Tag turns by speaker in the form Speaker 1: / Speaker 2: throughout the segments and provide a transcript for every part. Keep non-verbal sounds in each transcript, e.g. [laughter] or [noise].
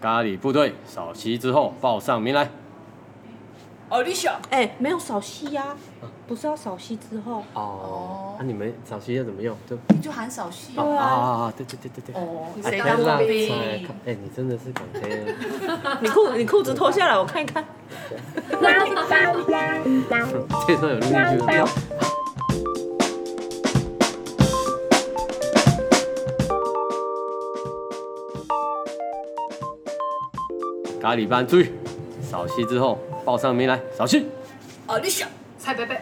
Speaker 1: 咖喱部队扫息之后报上名来。
Speaker 2: 奥利小，
Speaker 3: 哎、没有扫息呀，不是要扫息之后，
Speaker 1: 哦
Speaker 2: 哦，
Speaker 1: 那、你们早期要怎么用？就
Speaker 2: 你就喊扫息
Speaker 1: 哦
Speaker 2: 啊。
Speaker 1: 啊啊啊！对对对对对。
Speaker 2: 哦，
Speaker 1: 哎
Speaker 2: 谁
Speaker 1: 看
Speaker 2: 当过
Speaker 1: 啦
Speaker 2: 兵
Speaker 1: 哎？看哎，你真的是敢黑。
Speaker 3: 你裤你裤子脱下来我看一看。
Speaker 1: 这段有录进去吗？咖喱班注意，扫息之后报上名来，扫息。
Speaker 2: 奥利小，
Speaker 4: 蔡贝贝，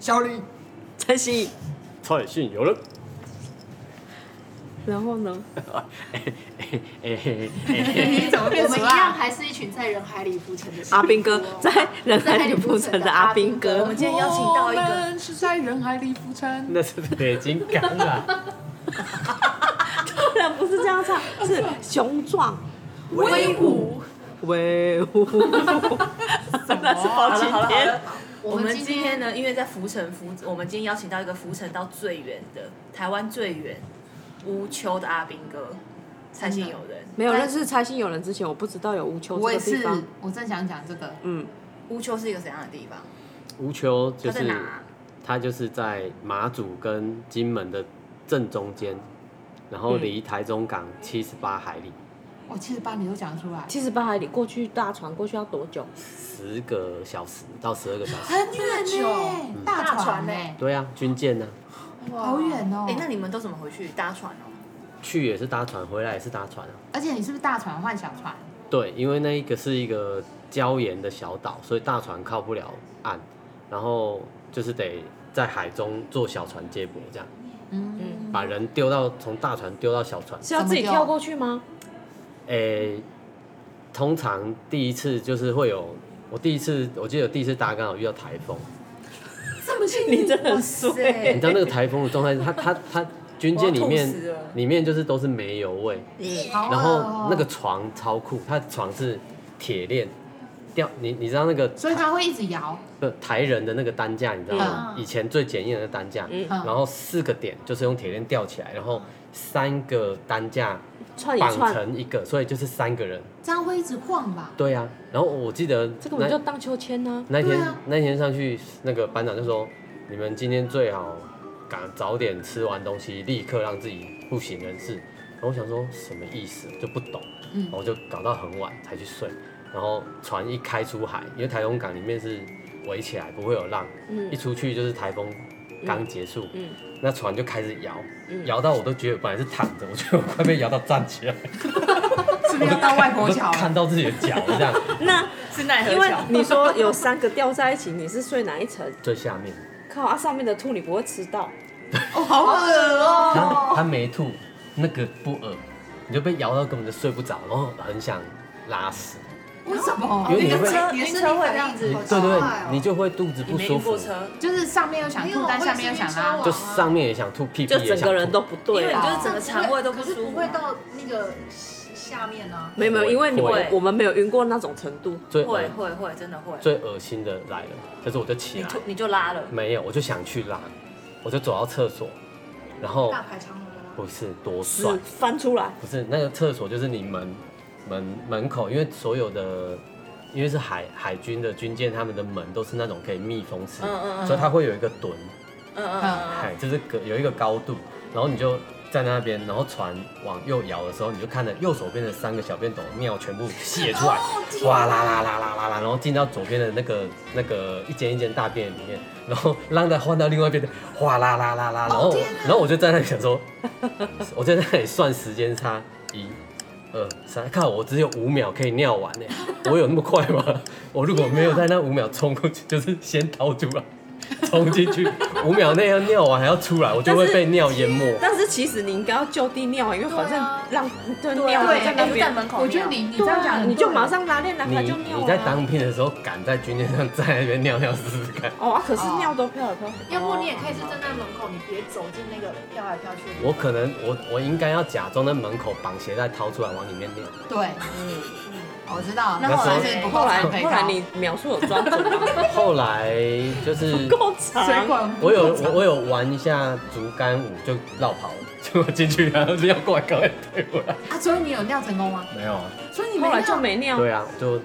Speaker 5: 小李，
Speaker 3: 晨曦，
Speaker 1: 蔡姓有人。
Speaker 3: 然后呢？
Speaker 1: 哎嘿嘿
Speaker 4: 你怎么
Speaker 2: 变
Speaker 4: 我
Speaker 2: 熟
Speaker 4: 们
Speaker 2: 啊
Speaker 4: 一样啊还是一群在人海里浮沉的
Speaker 3: 阿兵哥在人海里浮沉的阿兵
Speaker 2: 我
Speaker 3: 哥
Speaker 2: 们，今天邀请到一
Speaker 4: 我
Speaker 2: 个
Speaker 4: 们是在人海里浮沉。
Speaker 1: 那是 [laughs] 北京港啊！
Speaker 3: 不然不是这 [laughs] 样唱，是雄壮
Speaker 2: 威武。
Speaker 3: [laughs] 威武。那是包青天。
Speaker 2: 我们今天呢，因为在浮城浮，我们今天邀请到一个浮城到最远的台湾最远乌丘的阿兵哥，蔡姓友人。
Speaker 3: 没有认识蔡姓友人之前，我不知道有乌丘
Speaker 4: 我
Speaker 3: 这
Speaker 4: 也
Speaker 3: 个地
Speaker 4: 是
Speaker 3: 方。，
Speaker 4: 我正想讲这个。
Speaker 3: 嗯，
Speaker 2: 乌丘是一个怎样的地方？
Speaker 1: 无球就
Speaker 2: 它在
Speaker 1: 是
Speaker 2: 哪啊？
Speaker 1: 它就是在马祖跟金门的正中间，然后
Speaker 2: 嗯
Speaker 1: 离台中港七十八海里，
Speaker 4: 我七十八你都讲出来，
Speaker 3: 七十八海里过去大船过去要多久？
Speaker 1: 十个小时到十二个小时。
Speaker 2: 啊
Speaker 4: 很远
Speaker 2: 久
Speaker 4: 呢，大
Speaker 2: 大船
Speaker 4: 船
Speaker 2: 呢
Speaker 4: 呢，
Speaker 1: 对啊，军舰呢、
Speaker 4: 好远哦
Speaker 2: 哎、。那你们都怎么回去？搭船哦。
Speaker 1: 去也是搭船，回来也是搭船啊。
Speaker 4: 而且你是不是大船换小船？
Speaker 1: 对，因为那一个是一个礁岩的小岛，所以大船靠不了岸，然后就是得在海中坐小船接驳，这样
Speaker 4: 嗯，
Speaker 1: 把人丢到从大船丢到小船。
Speaker 3: 是要自己跳过去吗？
Speaker 1: 诶、通常第一次就是会有，我第一次我记得第一次搭刚好遇到台风，
Speaker 4: 这么幸
Speaker 3: [laughs] 你
Speaker 4: 运，
Speaker 3: 真的很
Speaker 1: 你
Speaker 3: 衰。
Speaker 1: 知道那个台风的状态，它它它军舰里
Speaker 2: 我要吐死
Speaker 1: 面
Speaker 2: 了
Speaker 1: 里面就是都是煤油味，
Speaker 4: 好
Speaker 1: 然
Speaker 4: 饿
Speaker 1: 后
Speaker 4: 哦
Speaker 1: 那个，床超酷，它的床是铁链吊，你你知道那个
Speaker 4: 所以它会一直摇。
Speaker 1: 不台人的那个担架，你知道吗？以前最简易的那个担架，
Speaker 3: 嗯
Speaker 1: 然后四个点就是用铁链吊起来，然后三个担架
Speaker 3: 串一
Speaker 1: 绑
Speaker 3: 串，
Speaker 1: 成一个，所以就是三个人。
Speaker 4: 这样会一直晃吧？
Speaker 1: 对啊，然后我记得
Speaker 3: 这个我
Speaker 1: 那
Speaker 3: 们就荡秋千呢、
Speaker 1: 那天、
Speaker 4: 对啊
Speaker 1: 那天上去，那个班长就说：“你们今天最好赶早点吃完东西，立刻让自己不省人事。”然后我想说什么意思，就不懂，
Speaker 4: 嗯
Speaker 1: 然后就搞到很晚才去睡。然后船一开出海，因为台风港里面是围起来，不会有浪，
Speaker 3: 嗯
Speaker 1: 一出去就是台风刚结束，
Speaker 3: 嗯
Speaker 1: 那船就开始摇，
Speaker 3: 嗯
Speaker 1: 摇到我都觉得本来是躺着，我觉得我快被摇到站起来，
Speaker 4: 是不是要到外
Speaker 1: 我
Speaker 4: 婆
Speaker 1: 都
Speaker 4: 桥
Speaker 1: 看
Speaker 4: 了？
Speaker 1: 到自己的脚了这样，
Speaker 3: 那
Speaker 2: 是
Speaker 1: [laughs]
Speaker 2: 奈
Speaker 3: 因为你说有三个吊在一起，你是睡哪一层？
Speaker 1: 最下面。
Speaker 3: 靠，啊上面的吐你不会吃到，
Speaker 4: [laughs] 哦，好恶哦。
Speaker 1: 他他没吐，那个不恶，你就被摇到根本就睡不着，然后很想拉屎。
Speaker 4: 为什么？
Speaker 1: 因为你
Speaker 2: 晕
Speaker 1: 会
Speaker 2: 车，晕车会这样子
Speaker 1: 对
Speaker 4: 好
Speaker 1: 对
Speaker 4: 奇怪
Speaker 1: 对
Speaker 4: 哦，
Speaker 1: 你就会肚子
Speaker 2: 你
Speaker 1: 不
Speaker 2: 没
Speaker 1: 舒
Speaker 2: 晕过
Speaker 1: 服，
Speaker 2: 车，
Speaker 4: 就是上面又想
Speaker 6: 没有
Speaker 4: 吐，但下面又想拉
Speaker 6: 我
Speaker 4: 我
Speaker 1: 就
Speaker 6: 会吃晕车丸
Speaker 1: 上面也想吐，屁屁
Speaker 3: 就
Speaker 1: 也想
Speaker 3: 整
Speaker 1: 吐。
Speaker 3: 个人都不
Speaker 2: 因
Speaker 3: 对
Speaker 2: 为你就是
Speaker 3: 啊。
Speaker 2: 整个肠胃都不
Speaker 6: 可是
Speaker 2: 舒
Speaker 6: 不
Speaker 2: 服
Speaker 6: 会。到那个下面啊。
Speaker 3: 没有没有，因为你
Speaker 1: 会
Speaker 3: 我们没有晕过那种程度，
Speaker 1: 最恶
Speaker 2: 会会会，真的会。
Speaker 1: 最恶心的来了，就是我就起
Speaker 2: 你
Speaker 1: 来，
Speaker 2: 就你就拉了，
Speaker 1: 没有，我就想去拉，我就走到厕所，然后
Speaker 6: 大排
Speaker 4: 啊
Speaker 6: 长龙的啦。
Speaker 1: 不是多
Speaker 3: 屎
Speaker 1: 帅，
Speaker 3: 翻出来，
Speaker 1: 不是那个厕所就是你门门门口，因为所有的。因为是海海军的军舰，他们的门都是那种可以密封式，
Speaker 2: 嗯嗯嗯
Speaker 1: 所以它会有一个墩，
Speaker 2: 嗯嗯嗯
Speaker 1: 哎，就是隔有一个高度，然后你就站在那边，然后船往右摇的时候，你就看着右手边的三个小便斗尿全部泄出来，哗啦啦啦啦啦啦，然后进到左边的那个那个一间一间大便里面，然后让它换到另外一边的哗啦啦啦啦，然后我然后我就在那里想说，我就在那里算时间差一。二三，看我只有五秒可以尿完呢，我有那么快吗？我如果没有在那五秒冲过去，就是先掏出来，冲进去，五秒内要尿完还要出来，我就会被尿淹没。
Speaker 3: 但是其实你应该要就地尿，啊因为反正
Speaker 4: 啊
Speaker 3: 让对尿啊
Speaker 2: 对，
Speaker 3: 在那
Speaker 2: 就
Speaker 3: 边
Speaker 2: 在，门口尿。
Speaker 4: 我觉得你你这
Speaker 3: 对
Speaker 4: 样
Speaker 3: 啊，
Speaker 4: 讲，
Speaker 3: 你就马。上拉链拿
Speaker 1: 你
Speaker 3: 开就尿
Speaker 1: 你
Speaker 3: 了
Speaker 1: 在
Speaker 3: 啊。
Speaker 1: 当兵的时候，敢在军舰上站在那边尿尿试试看？
Speaker 3: 哦啊，可是尿都飘来飘去，
Speaker 6: 要不你也可以是站在门口，你别走进那个飘来飘去的地方。
Speaker 1: 我可能我我应该要假装在门口绑鞋带掏出来往里面尿，
Speaker 4: 对，嗯我知道。
Speaker 2: 那
Speaker 1: 后来
Speaker 4: 就是不够
Speaker 3: 后来
Speaker 4: 长可以
Speaker 3: 后来
Speaker 4: 靠
Speaker 3: 你描述有抓
Speaker 1: [laughs]
Speaker 3: 准吗？
Speaker 1: 后来就是
Speaker 3: 够长，
Speaker 4: 管
Speaker 1: 我有我我有玩一下竹竿舞就绕跑了，就我进去，然后尿过来，赶快退回来。
Speaker 4: 啊，所以你有尿成功吗？
Speaker 1: 没有啊，
Speaker 4: 所以你没
Speaker 3: 后来
Speaker 4: 尿
Speaker 3: 就没尿，
Speaker 1: 对啊，就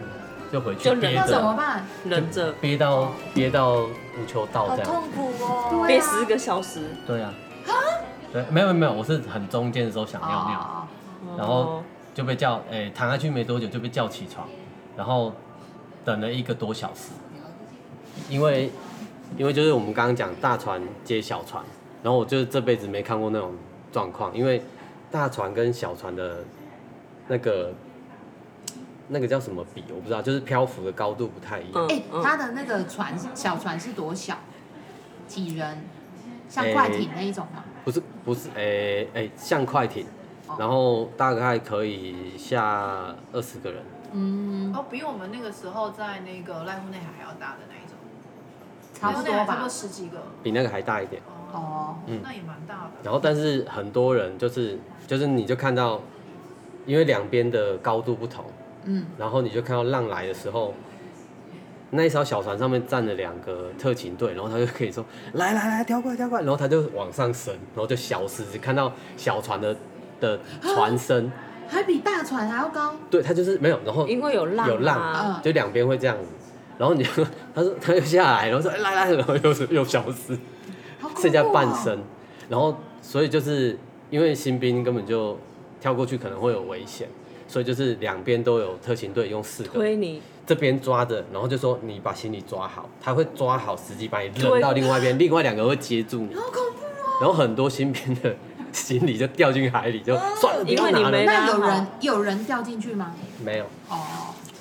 Speaker 1: 就回去
Speaker 3: 就忍
Speaker 1: 憋
Speaker 4: 那怎么
Speaker 1: 着，
Speaker 4: 办？
Speaker 3: 忍着
Speaker 4: 啊
Speaker 1: 憋到憋到无球道
Speaker 2: 好
Speaker 1: 这样。
Speaker 2: 痛苦哦。
Speaker 4: 对
Speaker 3: 憋
Speaker 4: 啊
Speaker 3: 十个小时，
Speaker 1: 对啊，对，没有没有没有，我是很中间的时候想尿尿，
Speaker 4: 哦
Speaker 1: 然后就被叫，哎、躺下去没多久就被叫起床，然后等了一个多小时，因为因为就是我们刚刚讲大船接小船，然后我就是这辈子没看过那种状况，因为大船跟小船的那个那个叫什么比我不知道，就是漂浮的高度不太一样，
Speaker 3: 嗯
Speaker 4: 哎，他的那个船小船是多小？几人？像快艇那一种吗？
Speaker 1: 不是不是，哎、哎、像快艇
Speaker 4: 哦，
Speaker 1: 然后大概可以下二十个人，
Speaker 4: 嗯，
Speaker 6: 哦，比我们那个时候在那个濑户内海还要大的那一种，
Speaker 4: 差不
Speaker 6: 濑户内海
Speaker 4: 多
Speaker 6: 差不
Speaker 4: 吧
Speaker 6: 多。十几个，
Speaker 1: 比那个还大一点。
Speaker 6: 哦，
Speaker 4: 哦，
Speaker 1: 嗯
Speaker 6: 那也蛮大的。
Speaker 1: 然后但是很多人就是就是你就看到，因为两边的高度不同，
Speaker 4: 嗯，
Speaker 1: 然后你就看到浪来的时候，那一艘小船上面站了两个特勤队，然后他就可以说来来来调过来调过来，然后他就往上升，然后就消失，只看到小船的的船身，
Speaker 4: 还比大船还要高。
Speaker 1: 对他就是没有，然后
Speaker 3: 因为有浪，
Speaker 1: 有浪
Speaker 3: 啊，
Speaker 4: 嗯，
Speaker 1: 就两边会这样子，然后你就 [laughs] 他说他就下来，然后说哎来来，然后又是又消失，
Speaker 4: 好恐怖哦
Speaker 1: 剩下半。身，然后所以就是因为新兵根本就跳过去可能会有危险，所以就是两边都有特勤队用四个，
Speaker 3: 推你，
Speaker 1: 这边抓着，然后就说你把行李抓好，他会抓好时机把你扔到另外一边，另外两个会接住你，
Speaker 4: 好恐怖哦！
Speaker 1: 然后很多新兵的行李就掉进海里，就
Speaker 4: 啊
Speaker 1: 算了，不
Speaker 3: 因
Speaker 1: 要
Speaker 3: 为你
Speaker 1: 拿
Speaker 3: 没
Speaker 1: 了，
Speaker 4: 那有人有人掉进去吗？
Speaker 1: 没有，
Speaker 4: 哦，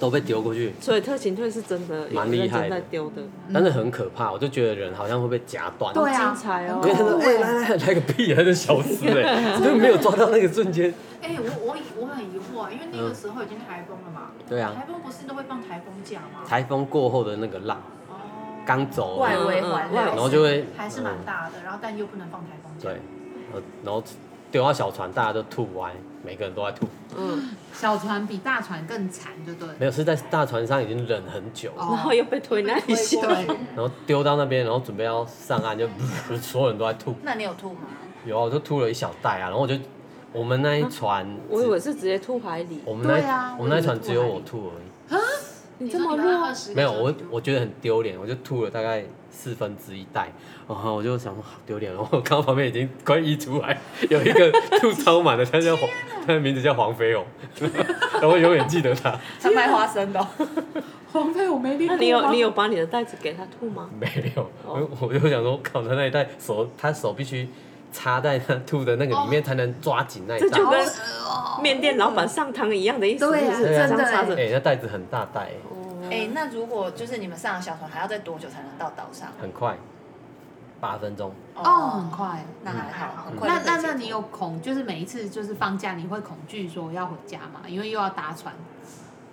Speaker 1: 都被丢过去。
Speaker 3: 所以特勤队是真的
Speaker 1: 蛮厉害的
Speaker 3: 有认真在丢的，
Speaker 1: 但是很可怕，我就觉得人好像会被夹断，
Speaker 4: 对啊，
Speaker 3: 精彩哦
Speaker 1: 因为他说：“
Speaker 4: 很恐
Speaker 1: [laughs]
Speaker 4: 怖欸
Speaker 1: 哎、来来来，来个屁啊！”他就消失
Speaker 3: [laughs]
Speaker 1: 了、欸，就没有抓到那个瞬间。
Speaker 6: 哎、我我我很疑惑啊，因为那个时候已经台风了嘛，
Speaker 1: 对啊，
Speaker 6: 台风不是都会放台风假吗？
Speaker 1: 台风过后的那个浪
Speaker 6: 哦，
Speaker 1: 刚走，
Speaker 2: 外
Speaker 1: 然后
Speaker 2: 围
Speaker 4: 嗯
Speaker 2: 环绕，
Speaker 1: 然后就会嗯
Speaker 6: 还是
Speaker 3: 嗯
Speaker 6: 蛮大的，然后但又不能放台风假。
Speaker 1: 对，然后然后丢到小船，大家都吐完，每个人都在吐。
Speaker 3: 嗯，
Speaker 4: 小船比大船更惨，就对了。
Speaker 1: 没有，是在大船上已经忍很久了，
Speaker 4: 哦
Speaker 3: 然后又被推那一下， [laughs]
Speaker 4: 对，
Speaker 1: 然后丢到那边，然后准备要上岸，就 [laughs] 所有人都在吐。
Speaker 2: 那你有吐吗？
Speaker 1: 有啊，我就吐了一小袋啊，然后我就我们那一船，
Speaker 3: 啊我以为是直接吐海里，
Speaker 1: 我们那一、
Speaker 4: 对啊
Speaker 1: 我们那一船只有
Speaker 4: 我以为
Speaker 1: 我吐而已。
Speaker 3: 你这
Speaker 6: 说
Speaker 3: 么
Speaker 6: 你们那
Speaker 3: 弱
Speaker 6: 二，十个
Speaker 1: 没有，
Speaker 6: 小
Speaker 1: 我
Speaker 6: 时
Speaker 1: 我觉得很丢脸，我就吐了大概四分之一袋，然后我就想说好丢脸，然 [laughs] 后我看到旁边已经快溢出来，有一个吐超满的，他
Speaker 3: 啊
Speaker 1: 叫黄，他的名字叫黄飞鸿， [laughs] 然后我永远记得他。 [laughs]
Speaker 2: 他卖花生的哦，
Speaker 4: 黄飞我没练
Speaker 3: 那你有你有把你的袋子给他吐吗？
Speaker 1: 没有，
Speaker 3: 哦
Speaker 1: 我我就想说，靠，他那一袋手，他手必须插在他吐的那个里面，才能抓紧那一
Speaker 3: 哦这
Speaker 1: 袋。
Speaker 3: 就
Speaker 4: 好
Speaker 3: 跟
Speaker 4: 恶哦
Speaker 3: 面店老板上汤一样的意思，
Speaker 4: 对啊
Speaker 3: 是不是
Speaker 1: 对啊
Speaker 3: 这样插着
Speaker 1: 哎、，那袋子很大袋、
Speaker 6: 嗯
Speaker 3: 哦
Speaker 2: 哎，那如果就是你们上了小船，还要再多久才能到岛上？
Speaker 1: 很快，八分钟。
Speaker 4: 哦，很，快。
Speaker 2: 那还好，很快
Speaker 4: 那
Speaker 2: 就可以
Speaker 4: 那
Speaker 2: 解
Speaker 4: 那
Speaker 2: 决
Speaker 4: 你有恐，就是每一次就是放假，你会恐惧说要回家嘛？因为又要搭船。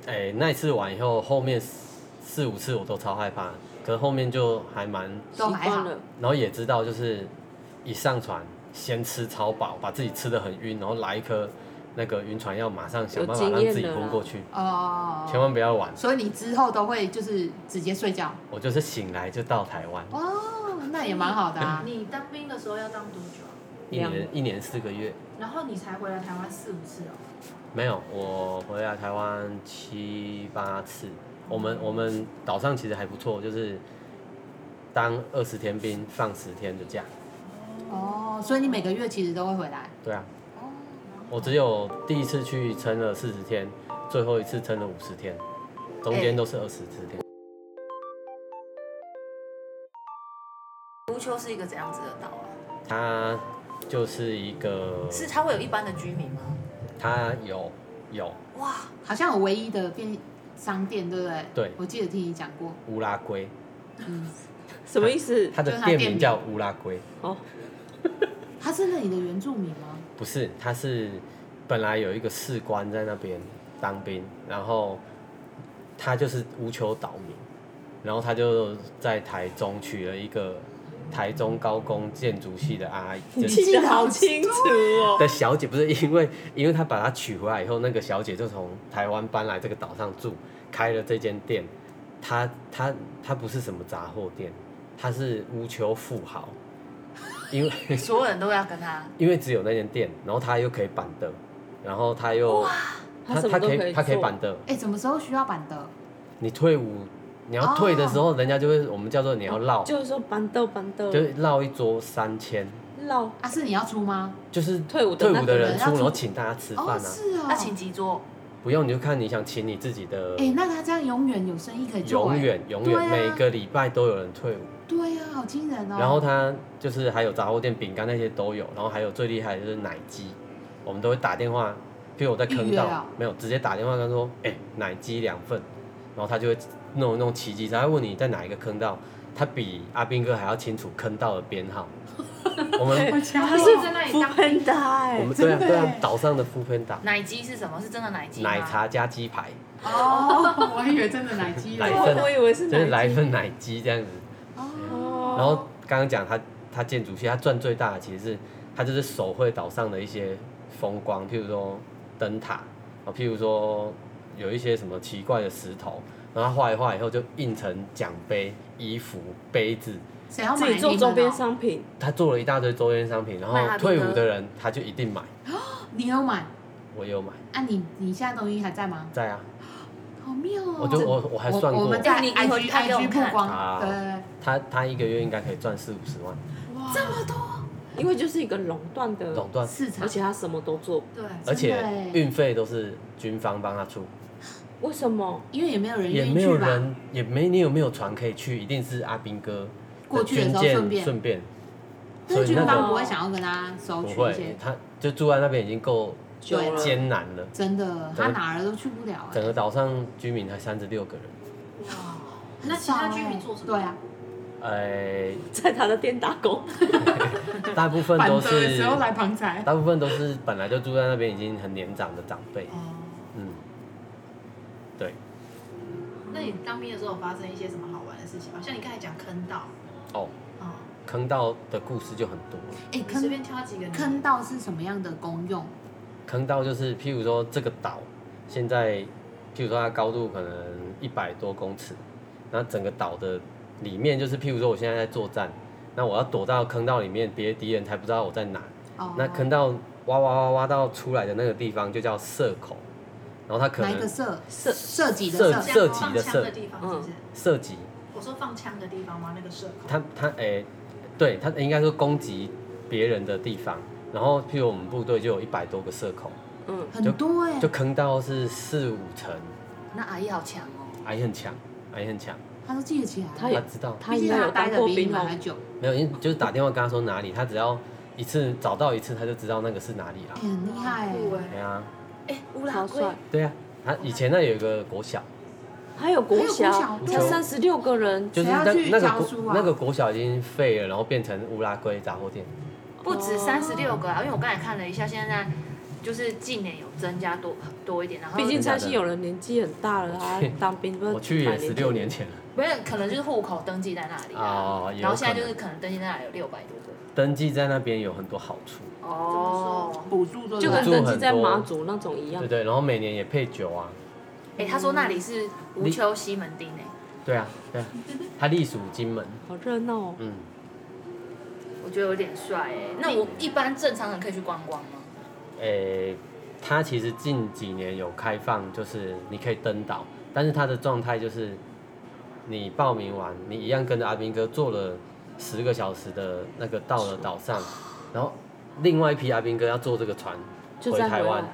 Speaker 1: 哎、那一次完以后，后面四四五次我都超害怕，可是后面就还蛮
Speaker 4: 都还好
Speaker 3: 习惯了
Speaker 1: 然后也知道就是一上船先吃超饱，把自己吃的很晕，然后来一颗那个晕船药，马上想办法
Speaker 3: 有经
Speaker 1: 让
Speaker 3: 验
Speaker 1: 自己
Speaker 3: 了啦
Speaker 1: 昏过去，
Speaker 4: 哦，
Speaker 1: 千万不要玩。
Speaker 4: 所以你之后都会就是直接睡觉。
Speaker 1: 我就是醒来就到台湾，
Speaker 4: 哦，那也蛮好的啊。
Speaker 6: 你当兵的时候要当多久啊？
Speaker 1: 一
Speaker 3: 两
Speaker 1: 年一年四个月，
Speaker 6: 然后你才回来台湾四五次哦。
Speaker 1: 没有，我回来台湾七八次。我们我们岛上其实还不错，就是当二十天兵放十天的假。
Speaker 4: 哦，所以你每个月其实都会回来。
Speaker 1: 对啊，
Speaker 4: 哦，
Speaker 1: 我只有第一次去撑了四十天，最后一次撑了五十天，中间都是二十四天。
Speaker 2: 乌丘是一个怎样子的岛啊？
Speaker 1: 它就是一个，
Speaker 2: 是它会有一般的居民吗？
Speaker 1: 它有有
Speaker 2: 哇，
Speaker 4: 好像有唯一的便商店，对不对？
Speaker 1: 对
Speaker 4: 我记得听你讲过。
Speaker 1: 乌拉圭，
Speaker 4: 嗯，
Speaker 3: 什么意思？
Speaker 1: 它
Speaker 4: 就
Speaker 1: 的
Speaker 4: 是它
Speaker 1: 店
Speaker 4: 店
Speaker 1: 名
Speaker 4: 名
Speaker 1: 叫乌拉圭，
Speaker 3: 哦，
Speaker 4: 他是那里的原住民吗？
Speaker 1: 不是，它是本来有一个士官在那边当兵，然后他就是乌丘岛民，然后他就在台中娶了一个台中高工建筑系的阿姨，就是
Speaker 3: 记得好清楚哦，
Speaker 1: 的小姐不是因为，因为她把她娶回来以后，那个小姐就从台湾搬来这个岛上住，开了这间店。她她她不是什么杂货店，她是乌丘富豪，因为
Speaker 2: 所有人都要跟他
Speaker 1: 因为只有那间店，然后他又可以板凳，然后他又
Speaker 3: 他什么都
Speaker 1: 可
Speaker 3: 可以
Speaker 1: 以他可以
Speaker 3: 做
Speaker 1: 板凳，
Speaker 4: 哎，什么时候需要板的？
Speaker 1: 你退伍你要退的时候，人家就会我们叫做你要绕，
Speaker 3: 哦就是说板豆板豆
Speaker 1: 就是绕一桌三千，
Speaker 3: 绕
Speaker 4: 啊，是你要出吗？
Speaker 1: 就是
Speaker 3: 退伍的
Speaker 1: 退
Speaker 3: 那
Speaker 1: 伍
Speaker 3: 个
Speaker 1: 的
Speaker 3: 人
Speaker 1: 人
Speaker 4: 要
Speaker 1: 出，然后
Speaker 4: 出
Speaker 1: 请大家吃
Speaker 4: 哦，
Speaker 1: 饭啊，
Speaker 4: 是哦。
Speaker 2: 要请几桌，
Speaker 1: 不用你就看你想请你自己的，
Speaker 4: 哎，那他这样永远有生意可以做，
Speaker 1: 永
Speaker 4: 哎
Speaker 1: 远永
Speaker 4: 对
Speaker 1: 远
Speaker 4: 啊
Speaker 1: 每个礼拜都有人退伍。
Speaker 4: 对呀，好惊人哦。
Speaker 1: 然后他就是还有杂货店、饼干那些都有，然后还有最厉害的就是奶鸡，我们都会打电话，譬如我在
Speaker 4: 预
Speaker 1: 坑
Speaker 4: 约
Speaker 1: 道、
Speaker 4: 啊
Speaker 1: 没有，直接打电话跟他说，哎、奶鸡两份，然后他就会弄一弄奇迹，他会问你在哪一个坑道，他比阿兵哥还要清楚坑道的编号。我们
Speaker 4: 哦
Speaker 3: 他是
Speaker 6: 在那里
Speaker 3: 福
Speaker 6: 当
Speaker 3: 喷达哎
Speaker 1: 我，们对啊
Speaker 4: 真的
Speaker 1: 对啊
Speaker 4: 耶，
Speaker 1: 岛上的副喷打，
Speaker 2: 奶鸡是什么？是真啊的奶鸡吗
Speaker 1: 奶茶加鸡排，
Speaker 4: 哦，我还以为真的奶鸡
Speaker 1: 奶
Speaker 4: 了。
Speaker 1: 粉啊
Speaker 3: 我我以为是
Speaker 1: 就是来一
Speaker 3: 奶精
Speaker 1: 份奶鸡这样子。
Speaker 4: 哦，
Speaker 3: 哦，
Speaker 1: 然后刚刚讲他他建筑系，他赚最大的其实是他就是手绘岛上的一些风光，譬如说灯塔啊，譬如说有一些什么奇怪的石头，然后他画一画以后就印成奖杯、衣服、杯子，
Speaker 4: 谁要
Speaker 3: 自
Speaker 4: 买
Speaker 3: 己做
Speaker 4: 你们
Speaker 3: 周边
Speaker 4: 哦
Speaker 3: 商品，
Speaker 1: 他做了一大堆周边商品，然
Speaker 2: 卖哈
Speaker 1: 后
Speaker 2: 比
Speaker 1: 退
Speaker 2: 哥
Speaker 1: 伍的人他就一定买，
Speaker 4: 你有买？
Speaker 1: 我也有买，
Speaker 4: 啊，你你现在东西还在吗？
Speaker 1: 在啊，
Speaker 4: 好妙哦！
Speaker 1: 我就我我还
Speaker 4: 我
Speaker 1: 算
Speaker 4: 我
Speaker 1: 过，
Speaker 4: 们在
Speaker 2: 你你
Speaker 4: IG
Speaker 2: 拍给我
Speaker 4: IG
Speaker 2: 们
Speaker 4: 曝
Speaker 2: 看
Speaker 4: 光，
Speaker 1: 啊
Speaker 4: 对对，对
Speaker 1: 他他一个月应该可以赚四五十万，
Speaker 4: 这么多
Speaker 3: 因为就是一个垄断的，
Speaker 1: 垄断，
Speaker 4: 市场
Speaker 3: 而，且他什么都做，
Speaker 6: 对，
Speaker 1: 而且
Speaker 4: 真的欸耶
Speaker 1: 运费都是军方帮他出。
Speaker 3: 为什么？
Speaker 4: 因为也没有人
Speaker 1: 也
Speaker 4: 愿意
Speaker 1: 没
Speaker 4: 去
Speaker 1: 有
Speaker 4: 吧？
Speaker 1: 人，也没你有没有船可以去，一定是阿兵哥
Speaker 4: 过去的
Speaker 1: 军
Speaker 4: 时候
Speaker 1: 舰
Speaker 4: 顺便
Speaker 1: 顺便，
Speaker 4: 但
Speaker 1: 所
Speaker 4: 是
Speaker 1: 以那
Speaker 4: 军方
Speaker 1: 个
Speaker 4: 不会想要跟他收
Speaker 1: 不
Speaker 4: 取一
Speaker 1: 会
Speaker 4: 些，，
Speaker 1: 他就住在那边已经够
Speaker 3: 久了
Speaker 1: 艰难了。
Speaker 4: 真的，他哪儿都去不了。哎
Speaker 1: 整个岛上居民才三十六个人，
Speaker 6: 那其他居民做什么
Speaker 4: 对啊，
Speaker 1: 哎、
Speaker 3: 在他的店打工，
Speaker 1: 大部
Speaker 4: [laughs]
Speaker 1: 分都是，
Speaker 4: 旁财。
Speaker 1: 大部分都是本来就住在那边已经很年长的长辈，嗯，对，
Speaker 6: 那你当兵的时候有发生一些什么好玩的事情吗？像你刚才讲坑道，
Speaker 1: 哦，
Speaker 6: 哦，
Speaker 1: 坑道的故事就很多了。
Speaker 4: 哎，
Speaker 6: 你随
Speaker 4: 坑
Speaker 6: 便挑几个你
Speaker 4: 坑道是什么样的功用？
Speaker 1: 坑道就是，譬如说这个岛现在，譬如说它高度可能一百多公尺，那整个岛的里面就是，譬如说我现在在作战，那我要躲到坑道里面，别敌人才不知道我在哪。
Speaker 4: 哦，
Speaker 1: 那坑道挖挖挖挖到出来的那个地方就叫射口，然后它可
Speaker 4: 哪一个
Speaker 1: 能
Speaker 4: 射？
Speaker 3: 射
Speaker 4: 射击的
Speaker 1: 射
Speaker 4: 射
Speaker 6: 这样
Speaker 1: 射
Speaker 6: 吗
Speaker 1: 击
Speaker 6: 放
Speaker 1: 的
Speaker 6: 枪
Speaker 1: 射
Speaker 6: 的地
Speaker 3: 嗯
Speaker 6: 方是不是？
Speaker 1: 射击，
Speaker 6: 我说放枪的地方吗？那个社恐。
Speaker 1: 它它诶，对，它应该说攻击别人的地方。然后譬如我们部队就有一百多个射口，
Speaker 3: 嗯，
Speaker 4: 很多哎
Speaker 1: 就。坑道是四五层，
Speaker 2: 那阿姨好强哦，
Speaker 1: 矮很强，矮很强。
Speaker 4: 他都记得起来，
Speaker 3: 他
Speaker 1: 他
Speaker 3: 也
Speaker 1: 知道，
Speaker 3: 他
Speaker 4: 毕
Speaker 3: 应
Speaker 4: 竟
Speaker 3: 该
Speaker 4: 他
Speaker 3: 有
Speaker 4: 待
Speaker 3: 当
Speaker 4: 的
Speaker 3: 过
Speaker 4: 比你
Speaker 3: 兵
Speaker 4: 们
Speaker 3: 哦
Speaker 4: 还，久，
Speaker 1: 没有，因为就是打电话跟他说哪里，他只要一次找到一次，他就知道那个是哪里啦
Speaker 4: 哎，。很厉害哎。
Speaker 6: 酷
Speaker 1: 对
Speaker 6: 哎！
Speaker 1: 啊，
Speaker 2: 哎，乌拉
Speaker 3: 超
Speaker 2: 圭
Speaker 3: 帅，
Speaker 1: 对啊，他以前那有一个国小，
Speaker 3: 还有国
Speaker 4: 还有
Speaker 3: 小，
Speaker 4: 国
Speaker 1: 小
Speaker 3: 才
Speaker 1: 对
Speaker 3: 三十六个人，
Speaker 1: 就是
Speaker 4: 谁要
Speaker 1: 那
Speaker 4: 去
Speaker 1: 那个
Speaker 4: 教书
Speaker 1: 国
Speaker 4: 啊
Speaker 1: 那个国小已经废了，然后变成乌拉圭杂货店。
Speaker 2: 不止
Speaker 3: 哦
Speaker 2: 三十六个啊，因为我刚才看了一下，现在就是近年有增加多多一点，然后
Speaker 3: 毕竟
Speaker 1: 真的假
Speaker 3: 山
Speaker 1: 的
Speaker 3: 西有人年纪很大了，他
Speaker 1: 我去
Speaker 3: 当兵不是
Speaker 1: 我去
Speaker 3: 满
Speaker 1: 也十六年前了，
Speaker 2: 没有可能就是户口登记在那里啊
Speaker 1: 哦，也有
Speaker 2: 然后现在
Speaker 1: 可
Speaker 2: 就
Speaker 1: 能
Speaker 2: 是可能登记在那里有六百多个
Speaker 1: 登记在那边有很多好处，
Speaker 6: 哦
Speaker 2: 哦。
Speaker 4: 补助
Speaker 3: 就
Speaker 4: 就
Speaker 3: 跟
Speaker 1: 很
Speaker 3: 登记在马祖那种一
Speaker 1: 对
Speaker 4: 嗯
Speaker 3: 样
Speaker 1: 不，对？然后每年也配酒啊，
Speaker 2: 哎，他说那里是无丘西门町哎，
Speaker 1: 对啊，对啊，它隶属金门，
Speaker 3: 好热闹哦。
Speaker 1: 嗯，
Speaker 2: 我觉得有点帅哎。那我一般正常人可以去观光吗？
Speaker 1: 诶，它其实近几年有开放，就是你可以登岛，但是它的状态就是，你报名完，你一样跟着阿兵哥坐了十个小时的那个到了岛上，然后另外一批阿兵哥要坐这个船
Speaker 3: 就
Speaker 1: 回
Speaker 3: 再
Speaker 1: 台
Speaker 3: 回
Speaker 1: 湾
Speaker 3: 来，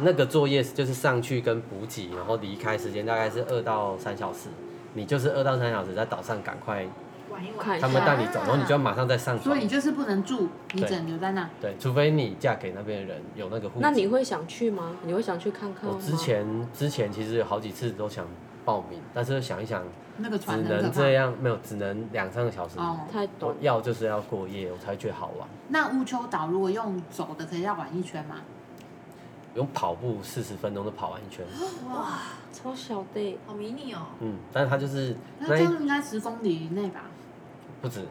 Speaker 1: 那个作业就是上去跟补给，然后离开时间大概是二到三小时。你就是二到三小时在岛上赶快，
Speaker 6: 玩一
Speaker 3: 看
Speaker 6: 玩
Speaker 3: 一。
Speaker 1: 他们带
Speaker 3: 下，
Speaker 1: 你走，然后你就要马上再上
Speaker 4: 所
Speaker 1: 船
Speaker 4: 以你。就是不能住，你
Speaker 1: 对
Speaker 4: 只能留在那。
Speaker 1: 对，除非你嫁给那边的人有那个户籍。
Speaker 3: 那你会想去吗？你会想去看看
Speaker 1: 我
Speaker 3: 吗？
Speaker 4: 嗯
Speaker 1: 之前之前其实有好几次都想报名，但是想一想，
Speaker 4: 那个
Speaker 1: 只
Speaker 4: 船很可
Speaker 1: 能
Speaker 4: 怕
Speaker 1: 这。样，没有，只能两三个小时。
Speaker 4: 哦，
Speaker 3: 太
Speaker 1: 我
Speaker 3: 短，
Speaker 1: 要就是要过夜，我才觉得好玩。
Speaker 4: 那乌丘岛如果用走的，可以要玩一圈嘛？
Speaker 1: 用跑步四十分钟都跑完一圈，
Speaker 4: 啊
Speaker 6: 哇，
Speaker 3: 超小的耶，
Speaker 6: 好迷你哦！
Speaker 1: 嗯，但是它就是
Speaker 4: 那
Speaker 1: 那
Speaker 4: 这
Speaker 1: 一
Speaker 4: 样应该十公里以内吧？
Speaker 1: 不止，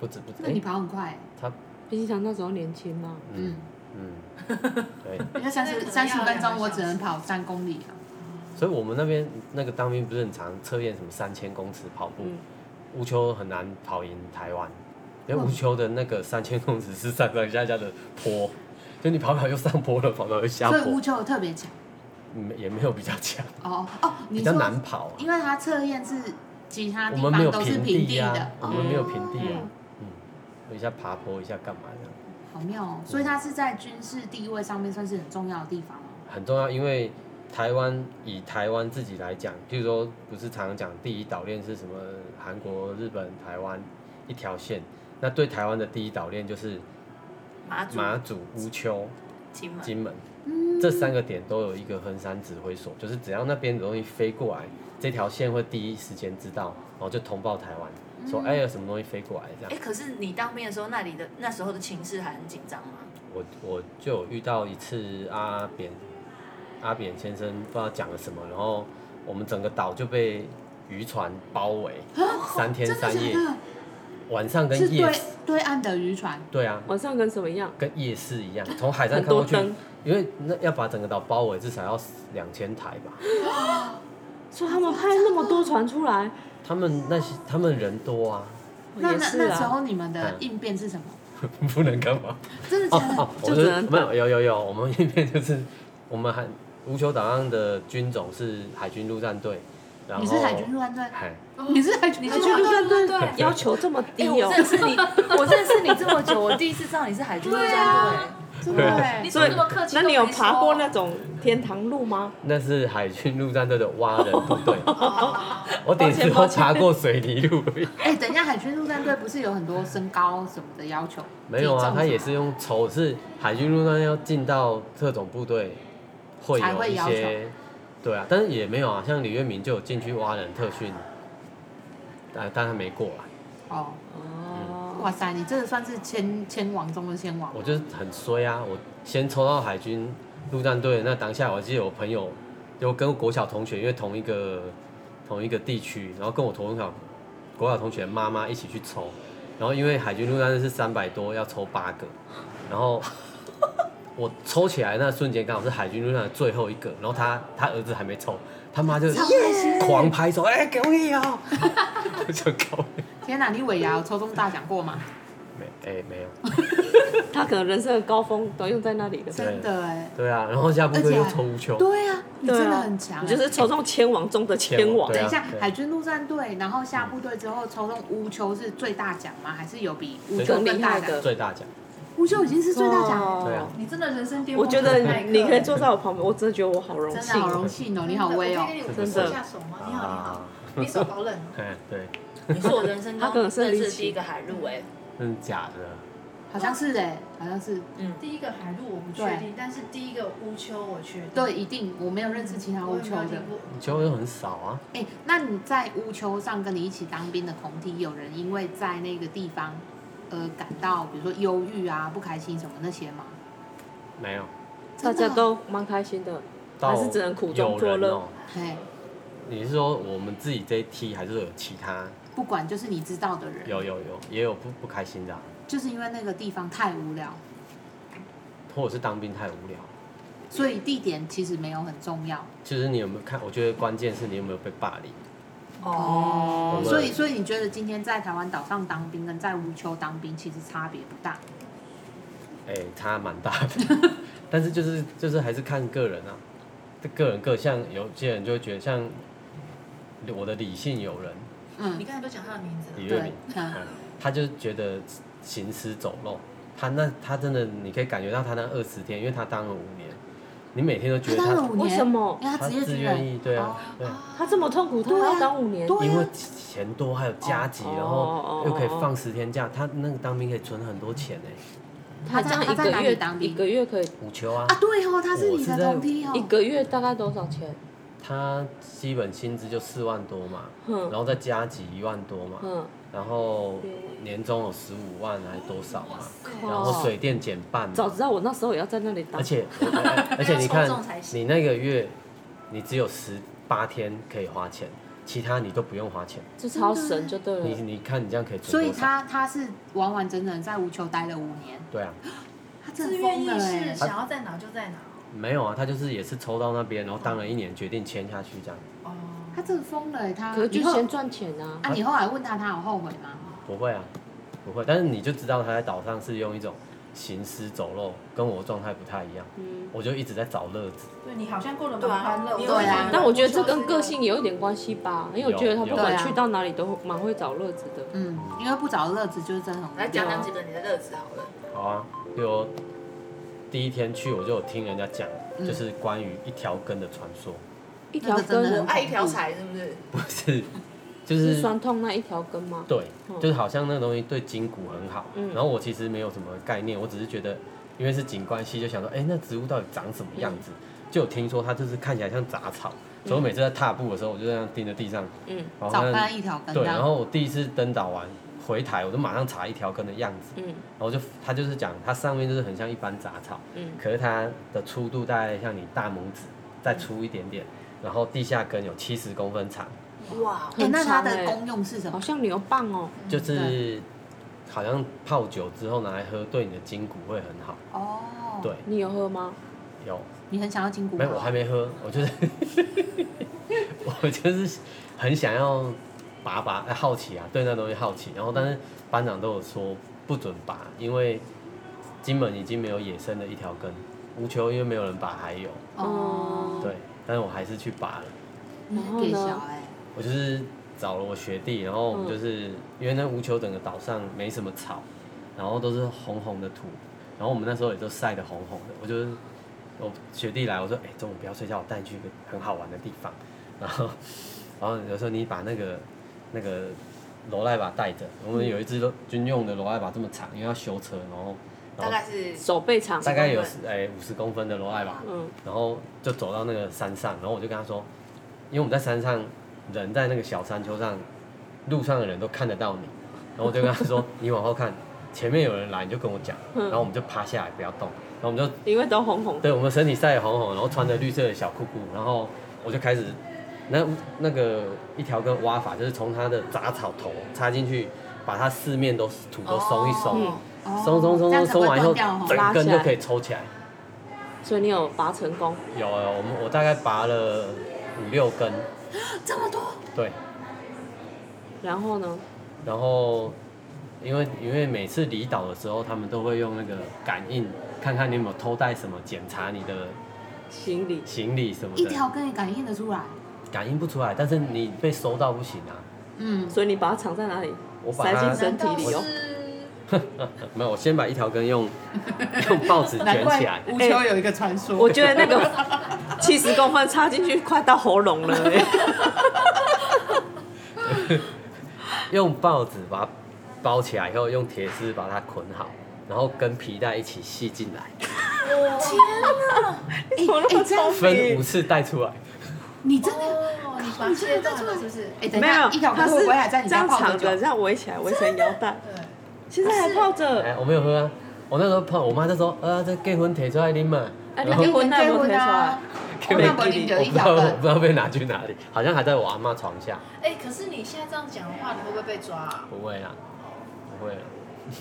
Speaker 1: 不止，不止，
Speaker 4: 那你
Speaker 1: 诶
Speaker 4: 跑很快，欸
Speaker 1: 它，
Speaker 3: 毕竟他那时候年轻嘛。
Speaker 1: 嗯
Speaker 4: 嗯，
Speaker 1: 嗯，对，
Speaker 4: 因为三十三十分钟我只能跑三公里啊。
Speaker 1: 所以我们那边那个当兵不是很常测验什么三千公尺跑步，
Speaker 3: 嗯
Speaker 1: 乌、丘很难跑赢台湾，因为无球的那个三千公尺是上上下下的坡，就你跑跑又上坡了，跑跑又下
Speaker 4: 所以乌
Speaker 1: 坡，
Speaker 4: 丘特别强。
Speaker 1: 嗯也没有比较强，
Speaker 4: 哦哦，
Speaker 1: 比
Speaker 4: [laughs] 你
Speaker 1: 较
Speaker 4: 说
Speaker 1: 难跑啊。
Speaker 4: 因为它测验是其他
Speaker 1: 我
Speaker 4: 地
Speaker 1: 们没有
Speaker 4: 方都是
Speaker 1: 平
Speaker 4: 平地
Speaker 1: 啊，
Speaker 4: 的，
Speaker 1: 我
Speaker 4: 哦，
Speaker 1: 们没有平地啊
Speaker 3: 嗯，
Speaker 1: 嗯，有一下爬坡，一下干嘛的，
Speaker 4: 好妙哦。所以它是在军事地位上面算是很重要的地方哦。
Speaker 1: 很重要。因为台湾以台湾自己来讲，譬如说不是常讲第一岛链是什么？韩国、日本、台湾一条线。那对台湾的第一岛链就是
Speaker 2: 马
Speaker 4: [laughs]
Speaker 2: 祖、
Speaker 1: 马祖、乌丘、
Speaker 2: 金门，
Speaker 1: 金门
Speaker 4: 嗯，
Speaker 1: 这三个点都有一个横山指挥所，就是只要那边的东西飞过来，这条线会第一时间知道，然后就通报台湾说，
Speaker 4: 嗯
Speaker 1: 哎，有什么东西飞过来这样
Speaker 2: 哎、。可是你当兵的时候，那里的那时候的情势还很紧张吗？ [laughs]
Speaker 1: 我我就有遇到一次阿扁，阿扁先生不知道讲了什么，然后我们整个岛就被渔船包围，三天
Speaker 4: 啊真的
Speaker 1: 三夜
Speaker 4: 假，的？
Speaker 1: 晚上跟
Speaker 4: 是
Speaker 1: 夜
Speaker 4: 对对岸的渔船，
Speaker 3: 哦
Speaker 1: 对啊，
Speaker 3: 晚上跟什么一样？
Speaker 1: 跟夜市一样，从海上
Speaker 3: 很
Speaker 1: 看过
Speaker 3: 多
Speaker 1: 去，
Speaker 3: 灯，
Speaker 1: 因为那要把整个岛包围，至少要两千台吧。
Speaker 3: 所以他们派那么多船出来，
Speaker 1: 他们那些他们人多啊， [laughs]
Speaker 4: 那
Speaker 3: 也
Speaker 4: 那
Speaker 3: 是
Speaker 4: 那时
Speaker 3: 啊。
Speaker 4: 候你们的应变是什么？
Speaker 1: 不能干
Speaker 4: [laughs]
Speaker 1: 嘛？
Speaker 4: 真
Speaker 1: 嗯
Speaker 4: 的
Speaker 1: 哦
Speaker 4: 假的？
Speaker 1: 哦，我
Speaker 3: 就
Speaker 1: 们
Speaker 3: 只能
Speaker 1: 没有有有有，我们那边就是我们海无球岛上的军种是海军陆战队，然后
Speaker 4: 你是海军陆战队？
Speaker 1: 嗨
Speaker 4: 你是海军
Speaker 6: 你
Speaker 4: 陆
Speaker 6: 是
Speaker 3: 就
Speaker 4: 战队？
Speaker 3: 哦陆战队
Speaker 6: 对对对
Speaker 3: 要求这么低
Speaker 2: 哎、
Speaker 3: 哦
Speaker 2: 我、认识你，我认识你这么久，我第一次知道你是海军陆战队、
Speaker 6: 对啊
Speaker 4: 真的欸
Speaker 6: 你怎么那么客气？
Speaker 3: 哎那你有
Speaker 6: 都没说
Speaker 3: 爬过那种天堂路吗？
Speaker 1: 那是海军陆战队的蛙人部
Speaker 4: [laughs]
Speaker 1: 队，
Speaker 6: 哦
Speaker 1: 我顶
Speaker 3: 抱歉
Speaker 1: 多
Speaker 3: 抱歉
Speaker 1: 爬过水泥路而已。
Speaker 4: 哎，等一下，海军陆战队不是有很多身高什么的要求？
Speaker 1: 没有
Speaker 4: 体 [laughs]
Speaker 1: 啊
Speaker 4: 重，
Speaker 1: 他
Speaker 4: 什
Speaker 1: 也
Speaker 4: 么
Speaker 1: 是用抽，是海军陆战队要进到特种部队会
Speaker 4: 才
Speaker 1: 有
Speaker 4: 会
Speaker 1: 一
Speaker 4: 要
Speaker 1: 些，对啊，但是也没有啊，像李月明就有进去蛙人特训，但但他没过啊，
Speaker 4: 哦。
Speaker 3: 哦，
Speaker 4: 哇塞，你这个算是千千王中的千王
Speaker 1: 我就是很衰啊，我先抽到海军陆战队，那当下我记得我朋友，我跟国小同学，因为同一个同一个地区，然后跟我同小国小同学妈妈一起去抽，然后因为海军陆战队是三百多，要抽八个，然后我抽起来那瞬间刚好是海军陆战队最后一个，然后他他儿子还没抽，他妈就狂拍手，哎、给我一哦， [laughs] 我就搞，
Speaker 4: 天哪，你尾牙有抽中大奖过吗？
Speaker 1: 没哎、没有，
Speaker 3: 他可能人生的高峰都用在那里了。
Speaker 1: 对
Speaker 4: 真的哎，
Speaker 1: 对啊，然后下部队又抽无球，
Speaker 4: 对啊，你
Speaker 3: 对啊
Speaker 4: 真的很强欸。
Speaker 3: 你就是抽中千王中的千王
Speaker 1: 对啊
Speaker 4: 等一下
Speaker 1: 对，啊
Speaker 4: 海军陆战队，然后下部队之后抽中乌丘是最大奖吗？还是有比
Speaker 1: 嗯
Speaker 4: 乌丘
Speaker 3: 更
Speaker 4: 更
Speaker 3: 厉
Speaker 4: 大
Speaker 3: 害
Speaker 4: 奖？
Speaker 3: 的。
Speaker 1: 最大奖。
Speaker 4: 乌丘已经是最大奖了，
Speaker 1: 对啊
Speaker 6: 你真的人生巅峰
Speaker 3: 我觉得
Speaker 6: 的那一刻
Speaker 3: 你可以坐在我旁边，我真的觉得我好荣
Speaker 4: 真的
Speaker 3: 幸
Speaker 4: 好
Speaker 3: 哦。
Speaker 4: 荣幸哦，你好威哦。
Speaker 6: 真的我可以
Speaker 3: 真
Speaker 6: 跟你
Speaker 3: 的啊
Speaker 6: 握一下手吗？你好，你好，，你手好冷哦。
Speaker 1: 哎， [laughs] 对，
Speaker 2: 你是我人生
Speaker 3: [laughs] 他可
Speaker 2: 中
Speaker 3: 能是
Speaker 2: 认识
Speaker 3: 离
Speaker 2: 的
Speaker 3: 奇
Speaker 2: 第一个海陆哎、
Speaker 1: 真的假的？
Speaker 4: 好像是哎，好像是
Speaker 2: 嗯，
Speaker 6: 第一个海陆我不确定，但是第一个乌丘我确定。
Speaker 4: 对，一定我没有认识其他
Speaker 6: 我
Speaker 4: 乌
Speaker 6: 也
Speaker 4: 丘
Speaker 6: 没有
Speaker 4: 的
Speaker 6: 听。过。
Speaker 1: 球又很少啊，
Speaker 4: 哎，那你在乌丘上跟你一起当兵的同梯，有人因为在那个地方呃感到比如说忧郁啊、不开心什么那些吗？
Speaker 1: 没有。
Speaker 3: 大
Speaker 4: 真的哦
Speaker 3: 家都蛮开心的，
Speaker 1: 到
Speaker 3: 还是只能苦中作
Speaker 1: 有人
Speaker 3: 乐
Speaker 1: 哦。
Speaker 4: 嘿，
Speaker 1: 你是说我们自己这一批，还是有其他？
Speaker 4: 不管就是你知道的人，
Speaker 1: 有有有，也有不不开心的啊、
Speaker 4: 就是因为那个地方太无聊，
Speaker 1: 或者是当兵太无聊。
Speaker 4: 所以地点其实没有很重要。
Speaker 1: 其实你有没有看？我觉得关键是你有没有被霸凌。
Speaker 2: 哦，
Speaker 1: 我们
Speaker 4: 所以，所以你觉得今天在台湾岛上当兵跟在乌丘当兵其实差别不大？
Speaker 1: 哎、差蛮大的， [laughs] 但是就是就是还是看个人啊，这个人个像有些人就会觉得像我的理性友人
Speaker 4: 嗯
Speaker 6: 你，刚才都讲他的名字了
Speaker 1: 李月
Speaker 4: 对
Speaker 1: 明，，
Speaker 4: 嗯，
Speaker 1: 他就觉得行尸走肉，他那他真的你可以感觉到他那二十天，因为他当了五年，你每天都觉得
Speaker 4: 他当了
Speaker 1: 他
Speaker 4: 五
Speaker 3: 为
Speaker 4: 年，
Speaker 3: 什么
Speaker 4: 因为他
Speaker 1: 他
Speaker 4: 职业
Speaker 1: 自
Speaker 4: 军
Speaker 1: 愿
Speaker 4: 人，哦
Speaker 1: 意，对啊，对啊，
Speaker 6: 啊
Speaker 3: 他这么痛苦，他
Speaker 4: 对啊
Speaker 3: 要当五年？
Speaker 4: 对
Speaker 1: 因为钱多还有加急，
Speaker 3: 哦
Speaker 1: 然
Speaker 3: 哦
Speaker 1: 后
Speaker 3: 哦
Speaker 1: 又可以放十天假，他那个当兵可以存很多钱哎，
Speaker 3: 他这样一
Speaker 4: 他在
Speaker 3: 个
Speaker 4: 哪里
Speaker 3: 月
Speaker 4: 当兵
Speaker 3: 一个月可以
Speaker 1: 五秋啊
Speaker 4: 啊，，对哦，他是
Speaker 1: 我
Speaker 4: 你
Speaker 1: 是
Speaker 4: 的
Speaker 1: 在
Speaker 4: 同梯哦，
Speaker 3: 一个月大概多少钱？
Speaker 1: 他基本薪资就四万多嘛，然
Speaker 3: 哼
Speaker 4: 嗯
Speaker 1: 后再加急一万多嘛，
Speaker 3: 哼，
Speaker 1: 然后年终有十五万还多少嘛，然
Speaker 3: 哦
Speaker 1: 后水电减半嘛，
Speaker 3: 早知道我那时候也要在那里当
Speaker 1: 而。且而且你看
Speaker 2: 抽中才，行
Speaker 1: 你那个月你只有十八天可以花钱，其他你都不用花钱。
Speaker 3: 就超神就对
Speaker 1: 你
Speaker 3: 了。
Speaker 1: 你看你这样可以
Speaker 4: 所
Speaker 1: 存
Speaker 4: 以
Speaker 1: 多少？
Speaker 4: 他他是完完整整在乌丘待了五年，
Speaker 1: 对啊，
Speaker 4: 他真
Speaker 6: 自
Speaker 4: 的
Speaker 6: 愿
Speaker 4: 疯
Speaker 6: 意
Speaker 4: 了
Speaker 6: 是
Speaker 4: 哎，
Speaker 6: 想要在哪就在哪。
Speaker 1: 没有啊，他就是也是抽到那边，然后当了一年，决定签下去这样。
Speaker 6: 哦，
Speaker 4: 他真的疯了哎，他
Speaker 3: 可是就
Speaker 4: 以后
Speaker 3: 先赚钱啊！
Speaker 4: 啊，你后来问他，他有后悔吗？
Speaker 1: 不会啊，不会，但是你就知道他在岛上是用一种行尸走肉，跟我状态不太一样，
Speaker 3: 嗯，
Speaker 1: 我就一直在找乐子。
Speaker 6: 对你好像过得
Speaker 2: 对
Speaker 6: 蛮
Speaker 2: 啊
Speaker 6: 欢乐，
Speaker 2: 你
Speaker 4: 有对啊
Speaker 3: 但我觉得这跟个性也有一点关系吧，因为我觉得他不
Speaker 4: 有
Speaker 3: 管
Speaker 4: 有
Speaker 3: 去到哪里都蛮会找乐子的。
Speaker 4: 嗯，因为不找乐子就是真的很无
Speaker 2: 来
Speaker 4: 聊。
Speaker 2: 讲
Speaker 1: 啊
Speaker 2: 讲几个你的乐子好了。
Speaker 1: 好啊，比如第一天去我就有听人家讲，
Speaker 4: 嗯
Speaker 1: 就是关于一条根的传说，
Speaker 3: 一条根
Speaker 4: 那个真的
Speaker 3: 的
Speaker 1: 嗯
Speaker 4: 很
Speaker 2: 啊爱一条柴是不是？
Speaker 1: 不是，就是是
Speaker 3: 酸痛那一条根吗？
Speaker 1: 对，
Speaker 3: 嗯
Speaker 1: 就是好像那个东西对筋骨很好。
Speaker 3: 嗯
Speaker 1: 然后我其实没有什么概念，我只是觉得，因为是景观系，就想说，哎，那植物到底长什么样子？
Speaker 3: 嗯
Speaker 1: 就有听说它就是看起来像杂草，所以我每次在踏步的时候，我就这样盯着地上，
Speaker 3: 嗯
Speaker 1: 然后
Speaker 4: 找
Speaker 1: 看
Speaker 4: 翻一条根
Speaker 1: 对，
Speaker 4: 这
Speaker 1: 然
Speaker 4: 样，
Speaker 1: 后我第一次登岛完回台，我就马上查一条根的样子，
Speaker 3: 嗯
Speaker 1: 然后就它就是讲它上面就是很像一般杂草，
Speaker 3: 嗯
Speaker 1: 可是它的粗度大概像你大拇指再粗一点点，然后地下根有七十公分长，
Speaker 2: 哇，
Speaker 4: 哎，那它
Speaker 3: 很
Speaker 4: 的
Speaker 3: 长欸
Speaker 4: 功用是什
Speaker 3: 好
Speaker 4: 么？
Speaker 3: 像牛蒡哦，
Speaker 4: 嗯
Speaker 1: 就是好像泡酒之后拿来喝，对你的筋骨会很好。
Speaker 4: 哦，
Speaker 1: 对，，
Speaker 3: 你有喝吗？
Speaker 1: 有
Speaker 4: 你很想要金骨
Speaker 1: 没有？我还没喝，我就是 [laughs] 我就是很想要拔拔，哎好奇啊，对那东西好奇。然啊后但是班长都有说不准拔，因为金门已经没有野生的一条根，无球因为没有人拔还有，
Speaker 4: 哦，
Speaker 1: 对，但是我还是去拔了。
Speaker 4: 你是变小哎，
Speaker 1: 我就是找了我学弟，然后我们就是、因为那无球整个岛上没什么草，然后都是红红的土，然后我们那时候也都晒得红红的。我就是我学弟来，我说：“哎、中午不要睡觉，我带你去一个很好玩的地方。”然后，然后有时候你把那个那个罗赖把带着，我们有一只军用的罗赖把这么长，因为要修车，然后然
Speaker 2: 大
Speaker 1: 后
Speaker 2: 概是
Speaker 3: 手背长，
Speaker 1: 大概有哎五十公分的罗赖吧，
Speaker 3: 嗯
Speaker 1: 然后就走到那个山上，然后我就跟他说，因为我们在山上，人在那个小山丘上，路上的人都看得到你，然后我就跟他
Speaker 4: [laughs]
Speaker 1: 说，你往后看，前面有人来，你就跟我讲，
Speaker 3: 嗯
Speaker 1: 然后我们就趴下来不要动，然后我们就
Speaker 3: 因为都红红的。
Speaker 1: 对我们身体晒得红红，然后穿着绿色的小裤裤，然后我就开始那那个一条根挖法，就是从它的杂草头插进去，把它四面都土都松一松。
Speaker 3: 嗯
Speaker 4: 哦
Speaker 1: 松松松
Speaker 4: 这样
Speaker 1: 松松
Speaker 4: 才不
Speaker 1: 完以
Speaker 4: 会
Speaker 1: 后
Speaker 4: 断掉，哦。
Speaker 1: 整根就可以抽起来。
Speaker 3: 所以你有拔成功，
Speaker 1: 有有，我们我大概拔了五六根，
Speaker 2: 这么多，
Speaker 1: 对，
Speaker 3: 然后呢？
Speaker 1: 然后因为因为每次离岛的时候，他们都会用那个感应，看看你有没有偷带什么，检查你的
Speaker 3: 行李
Speaker 1: 行李什么
Speaker 4: 一
Speaker 1: 的，
Speaker 4: 条根也感应得出来，
Speaker 1: 感应不出来，但是你被收到不行啊。
Speaker 4: 嗯，
Speaker 3: 所以你把它藏在哪里？
Speaker 1: 我把它
Speaker 3: 塞进身体里哦
Speaker 6: 难道是
Speaker 1: 没有，我先把一条根用用报纸卷起来，
Speaker 4: 无球有一个传说，
Speaker 3: 我觉得那个
Speaker 4: [laughs]
Speaker 3: 七十公分插进去快到喉咙了、欸，
Speaker 4: 哎
Speaker 1: 用报纸把它包起来以后，用铁丝把它捆好，然后跟皮带一起系进来，
Speaker 4: 哎哎这样
Speaker 1: 分五次带出来。
Speaker 4: 你真的
Speaker 6: 哦，你把这个带出来是不是？
Speaker 4: 哎，等一
Speaker 3: 没有
Speaker 4: 下，，一条
Speaker 3: 它是
Speaker 4: 根会不会还在你
Speaker 3: 这
Speaker 4: 家
Speaker 3: 样
Speaker 4: 泡多
Speaker 3: 长
Speaker 4: 久
Speaker 3: 的，？这样围起来，围成腰带，
Speaker 6: 对，
Speaker 3: 现在还泡着。
Speaker 1: 哎，我没有喝啊，我那时候泡，我妈就说，呃，这结婚提出来拎嘛，
Speaker 3: 哎，
Speaker 1: 然
Speaker 3: 你
Speaker 1: 后
Speaker 3: 结婚那有没有推出来
Speaker 4: 啊？，我那不领有
Speaker 1: 我
Speaker 4: 一
Speaker 1: 不知
Speaker 4: 条
Speaker 1: 道我
Speaker 4: 根
Speaker 1: 不，知道被拿去哪里，好像还在我阿妈床下。
Speaker 6: 哎，可是你现在这样讲的话，你会不会被抓啊？
Speaker 1: 不会啦，不会啦，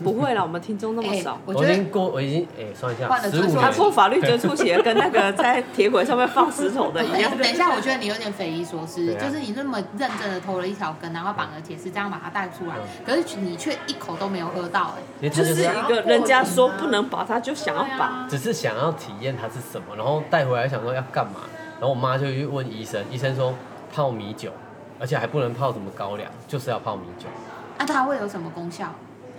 Speaker 3: 不会啦，我们听众那么
Speaker 4: 哎
Speaker 3: 少。，
Speaker 4: 我
Speaker 1: 已
Speaker 4: 觉得
Speaker 1: 经过，我已经哎、算一下
Speaker 4: 换，了
Speaker 1: 十五
Speaker 4: 最
Speaker 1: 年
Speaker 4: 多
Speaker 3: 他
Speaker 4: 还
Speaker 3: 过法律接触鞋，跟那个在铁轨上面放石头
Speaker 2: [laughs]
Speaker 3: 的一样。
Speaker 4: 哦等一下，我觉得你有点匪夷所思，
Speaker 1: 对啊
Speaker 4: 就是你那么认真的偷了一条根，然后绑了铁丝，这样把它带出来
Speaker 1: 嗯，
Speaker 4: 可是你却一口都没有喝到，哎，
Speaker 1: 因为他就
Speaker 3: 就
Speaker 1: 是是
Speaker 3: 一个人家说不能拔，他就想要
Speaker 6: 对
Speaker 3: 拔。
Speaker 6: 啊
Speaker 1: 只是想要体验它是什么，然后带回来想说要干嘛，然后我妈就去问医生，医生说泡米酒，而且还不能泡什么高粱，就是要泡米酒，
Speaker 4: 那它啊会有什么功效？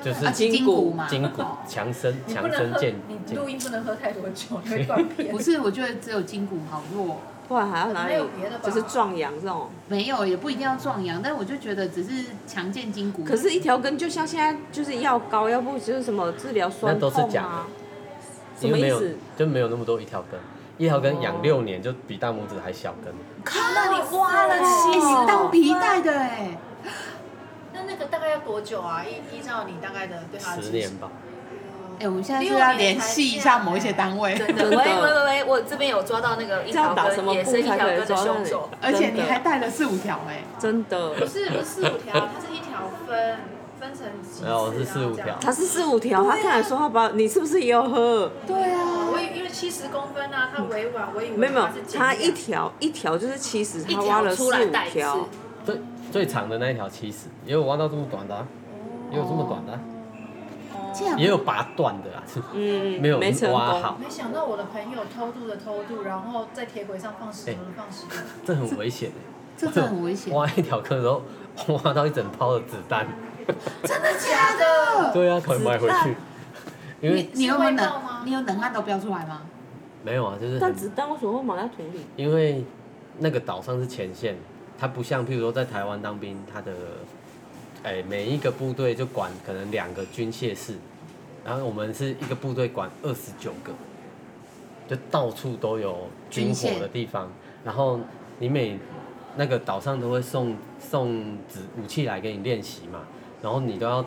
Speaker 1: 就是
Speaker 4: 啊，
Speaker 3: 筋骨
Speaker 4: 筋骨哦嘛，
Speaker 1: 筋骨强身
Speaker 6: 你
Speaker 1: 强
Speaker 6: 不能
Speaker 1: 身
Speaker 6: 喝
Speaker 1: 健，
Speaker 6: 你
Speaker 1: 健
Speaker 6: 录音不能喝太多酒，你
Speaker 1: [laughs]
Speaker 6: 会断片。
Speaker 4: 不是，我觉得只有筋骨好弱，
Speaker 3: 不然还要哪
Speaker 6: 还
Speaker 3: 里
Speaker 6: 有别的？吧
Speaker 3: 就是壮阳这种。
Speaker 4: 没有也不一定要壮阳，但我就觉得只是强健筋
Speaker 2: 啊
Speaker 4: 骨。
Speaker 3: 可是，一条根就像现在就是药膏，要不就是什么治疗酸
Speaker 1: 那都
Speaker 3: 痛
Speaker 1: 是假
Speaker 3: 啊
Speaker 1: 的？
Speaker 3: 什
Speaker 1: 因为
Speaker 3: 么意
Speaker 1: 没有
Speaker 3: 思？
Speaker 1: 就没有那么多一条根，一条根
Speaker 3: 哦
Speaker 1: 养六年就比大拇指还小根，
Speaker 6: 那你挖了
Speaker 4: 哎，
Speaker 6: 七
Speaker 4: 你当皮带的哎，
Speaker 6: 那那个大概要多久啊？依依照你大概的对
Speaker 3: 啊
Speaker 6: 他的
Speaker 1: 十
Speaker 6: 知识
Speaker 1: 年吧。
Speaker 4: 哎，我们现在是要联系一下某一些单位，
Speaker 2: 真的，
Speaker 3: 真
Speaker 2: 喂
Speaker 3: 的
Speaker 2: 喂喂，我这边有抓到那个一条
Speaker 3: 这样打什
Speaker 2: 根，
Speaker 3: 么
Speaker 2: 也是一条根的
Speaker 3: 步才可以抓到
Speaker 2: 凶手。
Speaker 4: 而且你还带了四五条哎，
Speaker 3: 真的，
Speaker 6: 不是不是四五条，它是一条分分成几次，
Speaker 1: 没有我是四五条
Speaker 6: 然后这
Speaker 3: 他
Speaker 6: 样
Speaker 3: 是四五条，
Speaker 2: 啊
Speaker 3: 他看来说话吧，你是不是也有喝？
Speaker 4: 对啊
Speaker 6: 我以因为七十公分啊，它委婉，我以为
Speaker 3: 没有没有
Speaker 6: 它是，减
Speaker 3: 他
Speaker 6: 量
Speaker 3: 一条一条就是七十，
Speaker 2: 一
Speaker 3: 他挖
Speaker 2: 条
Speaker 3: 了四
Speaker 2: 出来
Speaker 3: 五
Speaker 2: 带一次，
Speaker 3: 条，
Speaker 1: 最最长的那一条七十，也有挖到这么短的、啊，也有这么短的啊、
Speaker 6: 哦
Speaker 4: 竟然
Speaker 1: 也有拔断的啦，啊 [laughs]
Speaker 3: 嗯，
Speaker 1: 没有
Speaker 3: 没成
Speaker 1: 挖
Speaker 3: 功，
Speaker 1: 好，
Speaker 6: 没想到我的朋友偷渡的偷渡，然后在铁轨上放石头的放石头，
Speaker 1: 这很危
Speaker 3: [laughs]
Speaker 1: 险欸
Speaker 4: 这真的很危险。
Speaker 1: 挖一条坑的时候， [laughs] 挖到一整包的子弹，
Speaker 6: 假的？
Speaker 1: 对啊，可以买回去
Speaker 3: 子。
Speaker 1: 因为
Speaker 4: 你你有没有
Speaker 6: 是味道吗
Speaker 4: 冷？你有冷汗都飙出来吗？
Speaker 1: 没有啊，就是
Speaker 3: 但
Speaker 1: 很
Speaker 3: 子弹为什么会埋在土里？
Speaker 1: 因为那个岛上是前线，它不像譬如说在台湾当兵，它的哎、每一个部队就管可能两个军械室，然后我们是一个部队管二十九个，就到处都有军火的地方，然后你每那个岛上都会送送子武器来给你练习嘛，然后你都要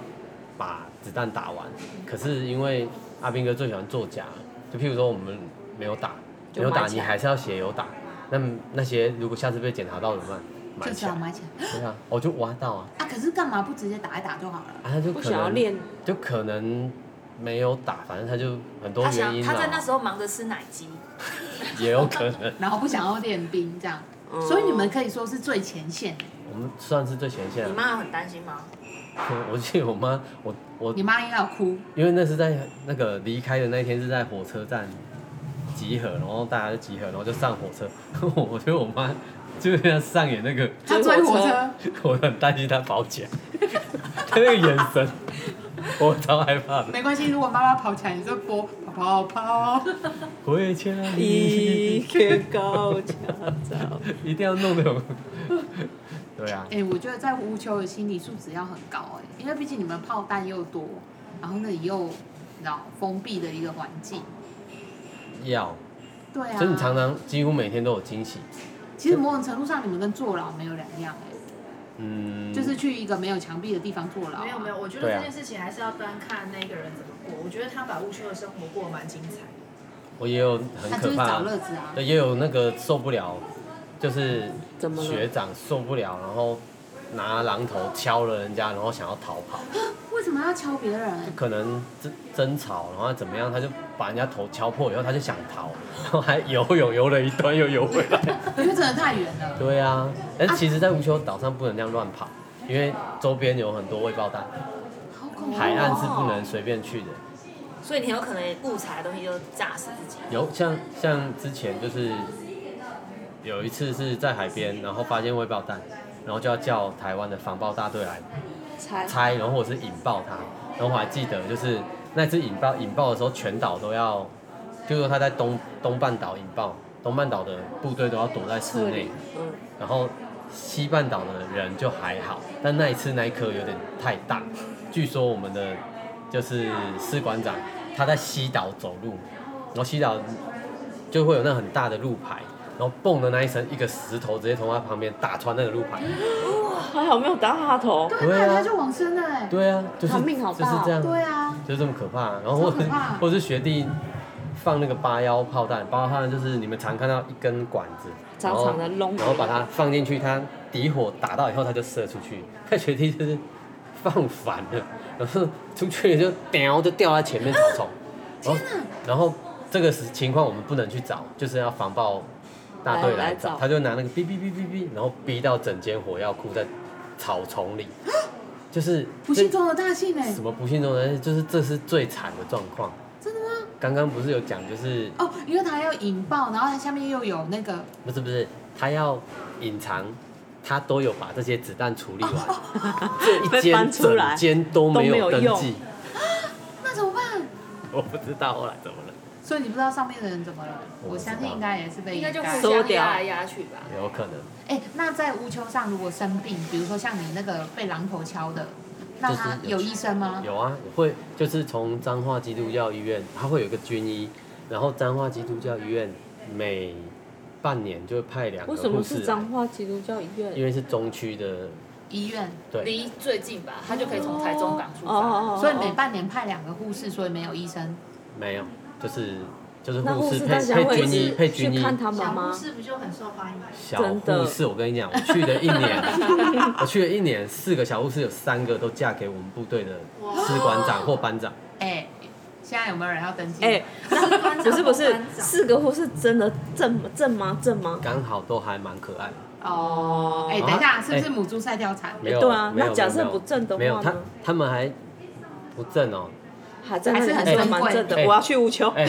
Speaker 1: 把子弹打完。可是因为阿兵哥最喜欢作假，就譬如说我们没有打，
Speaker 3: 就
Speaker 1: 没有打
Speaker 3: 埋起
Speaker 1: 你
Speaker 3: 来
Speaker 1: 还是要写有打。那那些如果下次被检查到怎么办？埋
Speaker 4: 就
Speaker 1: 起
Speaker 4: 只
Speaker 1: 来
Speaker 4: 好。埋起来
Speaker 1: 对啊，我就挖到啊，
Speaker 4: 啊！可是干嘛不直接打一打就好了？
Speaker 1: 啊他就
Speaker 3: 不
Speaker 1: 可
Speaker 3: 想要
Speaker 1: 能
Speaker 3: 练，
Speaker 1: 就可能没有打，反正他就很多
Speaker 2: 他
Speaker 1: 原
Speaker 2: 想
Speaker 1: 因
Speaker 2: 他在那
Speaker 1: 啊，
Speaker 2: 时候忙着吃奶鸡，
Speaker 1: 也有可能。
Speaker 4: 然后不想要练兵这样，
Speaker 3: 嗯
Speaker 4: 所以你们可以说是最前线。
Speaker 1: 我们算是最前线
Speaker 2: 你
Speaker 1: 啊。
Speaker 2: 妈有很担心吗？
Speaker 1: 我记得我妈，我我
Speaker 4: 你妈应该要哭，
Speaker 1: 因为那是在那个离开的那一天是在火车站集合，然后大家就集合，然后就上火车。 [laughs] 我觉得我妈就是要上演那个，
Speaker 4: 她
Speaker 3: 追
Speaker 4: 追
Speaker 3: 火
Speaker 4: 火
Speaker 3: 车
Speaker 4: 车，
Speaker 1: 我很担心她跑起来，她 [laughs] 那个眼神，我超害怕的。
Speaker 4: 没关系。如果妈妈跑起来，你就播跑跑跑。
Speaker 1: 回家
Speaker 3: 一
Speaker 1: 里
Speaker 3: 个高墙照，
Speaker 1: 一定要弄那种，对啊，
Speaker 4: 哎、我觉得在乌丘的心理素质要很高哎、因为毕竟你们炮弹又多，然后那里又你知道封闭的一个环境。
Speaker 1: 要，
Speaker 4: 对啊，
Speaker 1: 所以你常常几乎每天都有惊喜，
Speaker 4: 其实某种程度上，你们跟坐牢没有两样哎、
Speaker 1: 嗯，
Speaker 4: 就是去一个没有墙壁的地方坐牢、
Speaker 6: 没有没有，，我觉得
Speaker 1: 对啊
Speaker 6: 这件事情还是要端看那个人怎么过。我觉得他把乌丘的生活过得蛮精彩的。
Speaker 1: 我也有
Speaker 4: 他
Speaker 1: 很
Speaker 4: 就
Speaker 1: 可
Speaker 4: 是
Speaker 1: 怕
Speaker 4: 找
Speaker 1: 的，
Speaker 4: 乐子啊。
Speaker 1: 对，也有那个受不了，就是
Speaker 3: 怎么了
Speaker 1: 学长受不了，然后拿榔头敲了人家，然后想要逃跑，
Speaker 4: 为什么要敲别
Speaker 1: 就
Speaker 4: 人？
Speaker 1: 可能争争吵，然后怎么样，他就把人家头敲破以后，他就想逃，然后还游泳游了一段又游回来。
Speaker 4: 因为真的太远了。
Speaker 1: 对啊，但其实，在无球岛上不能这样乱跑，因为周边有很多未爆弹，
Speaker 4: 好恐怖、哦！
Speaker 1: 海岸是不能随便去的。
Speaker 2: 所以你很有可能误踩的东西就炸死自己。
Speaker 1: 有像像之前就是有一次是在海边，然后发现未爆弹，然后就要叫台湾的防爆大队来
Speaker 3: 才
Speaker 1: 拆，然后或者是引爆它。然后我还记得就是那次引爆引爆的时候，全岛都要，就是说他在东东半岛引爆，东半岛的部队都要躲在室
Speaker 3: 撤
Speaker 1: 内
Speaker 3: 离，，嗯，
Speaker 1: 然后西半岛的人就还好，但那一次那一颗有点太大。据说我们的就是士官长他在西岛走路，然后西岛就会有那很大的路牌，然后蹦的那一声，一个石头直接从他旁边打穿那个路牌。
Speaker 3: 还好没有打他头，
Speaker 1: 对
Speaker 4: 那
Speaker 1: 啊
Speaker 4: 他就往生了哎、
Speaker 1: 对啊，就是
Speaker 3: 他命好
Speaker 1: 就是
Speaker 3: 大哦
Speaker 1: 这样，
Speaker 4: 对啊，
Speaker 1: 就这么可怕。然后或
Speaker 4: 超可
Speaker 1: [laughs]
Speaker 4: 怕
Speaker 1: 或者是学弟放那个八幺炮弹，八幺炮弹就是你们常看到一根管子，
Speaker 3: 长长的窿
Speaker 1: 然后把它放进去，它底火打到以后，它就射出去。看学弟就是放反了，然后出去就掉就掉在前面草丛。然后然后这个时情况我们不能去找，就是要防爆大队
Speaker 3: 来
Speaker 1: 来
Speaker 3: 来
Speaker 1: 找
Speaker 3: 找。
Speaker 1: 他就拿那个哔哔哔哔哔，然后逼到整间火药库在草丛里，就是
Speaker 4: 不
Speaker 1: 这
Speaker 4: 幸中的大幸哎、
Speaker 1: 什么不幸中的，就是这是最惨的状况。
Speaker 4: 真的吗？
Speaker 1: 刚刚不是有讲，就是
Speaker 4: 哦，因为他要引爆，然后他下面又有那个，
Speaker 1: 不是不是，他要隐藏，他都有把这些子弹处理完，
Speaker 3: 哦
Speaker 1: 这一
Speaker 3: 被
Speaker 1: 间
Speaker 3: 翻出
Speaker 1: 整
Speaker 3: 来
Speaker 1: 间都没有登
Speaker 3: 都没有
Speaker 1: 记
Speaker 3: 用，
Speaker 4: 那怎么办？
Speaker 1: 我不知道后来怎么了，
Speaker 4: 所以你不知道上面的人怎么了，
Speaker 1: 我
Speaker 4: 我
Speaker 1: 不知道
Speaker 4: 相信应该也是被
Speaker 2: 应该就
Speaker 4: 掩盖
Speaker 2: 互
Speaker 3: 收
Speaker 2: 相
Speaker 3: 掉
Speaker 2: 压来压去吧。
Speaker 1: 有可能
Speaker 4: 哎、那在乌丘上如果生病，比如说像你那个被榔头敲的，那他
Speaker 1: 就是有
Speaker 4: 有医生吗？
Speaker 1: 有啊，会就是从彰化基督教医院，它会有一个军医，然后彰化基督教医院每半年就会派两个
Speaker 3: 为什
Speaker 1: 护
Speaker 3: 么
Speaker 1: 士
Speaker 3: 是
Speaker 1: 来，
Speaker 3: 彰化基督教医院？
Speaker 1: 因为是中区的，
Speaker 4: 医院，
Speaker 1: 对，
Speaker 2: 离最近吧，他就可以从台中港出
Speaker 3: 哦哦
Speaker 2: 发。
Speaker 3: 哦哦
Speaker 4: 所以每半年派两个护士，所以没有医生。
Speaker 1: 没有，就是就是
Speaker 3: 那
Speaker 1: 护
Speaker 3: 护
Speaker 1: 士
Speaker 3: 士
Speaker 1: 配
Speaker 3: 大家
Speaker 1: 配
Speaker 3: 会
Speaker 1: 军医配
Speaker 3: 去
Speaker 1: 军
Speaker 3: 去
Speaker 1: 医
Speaker 3: 看他妈
Speaker 6: 小护
Speaker 4: 嗯
Speaker 3: 妈，
Speaker 6: 士不就很受欢迎？
Speaker 4: 啊
Speaker 1: 小
Speaker 3: 真
Speaker 1: 护
Speaker 3: 的
Speaker 1: 士，我跟你讲，我去了一年，我去了一年，四个小护士有三个都嫁给我们部队的士官长或班长，
Speaker 4: 哎、现在有没有人要登记？
Speaker 3: 哎，
Speaker 6: 那
Speaker 3: 不是不是，四个护士真的正正吗？正吗？
Speaker 1: 刚好都还蛮可爱的。
Speaker 4: 哦，哎、
Speaker 1: 啊
Speaker 4: 等一下，是不
Speaker 1: 哎
Speaker 4: 是母猪赛貂蝉？
Speaker 1: 没有，
Speaker 3: 对啊
Speaker 1: 没有
Speaker 3: 那假设
Speaker 1: 没有
Speaker 3: 不正的话
Speaker 1: 没有，他
Speaker 3: 呢
Speaker 1: 他们还不正哦，
Speaker 3: 还真的
Speaker 4: 还是很
Speaker 3: 真的
Speaker 4: 珍
Speaker 3: 蛮
Speaker 4: 贵
Speaker 3: 正的。
Speaker 1: 哎
Speaker 3: 我要去乌丘，
Speaker 1: 哎，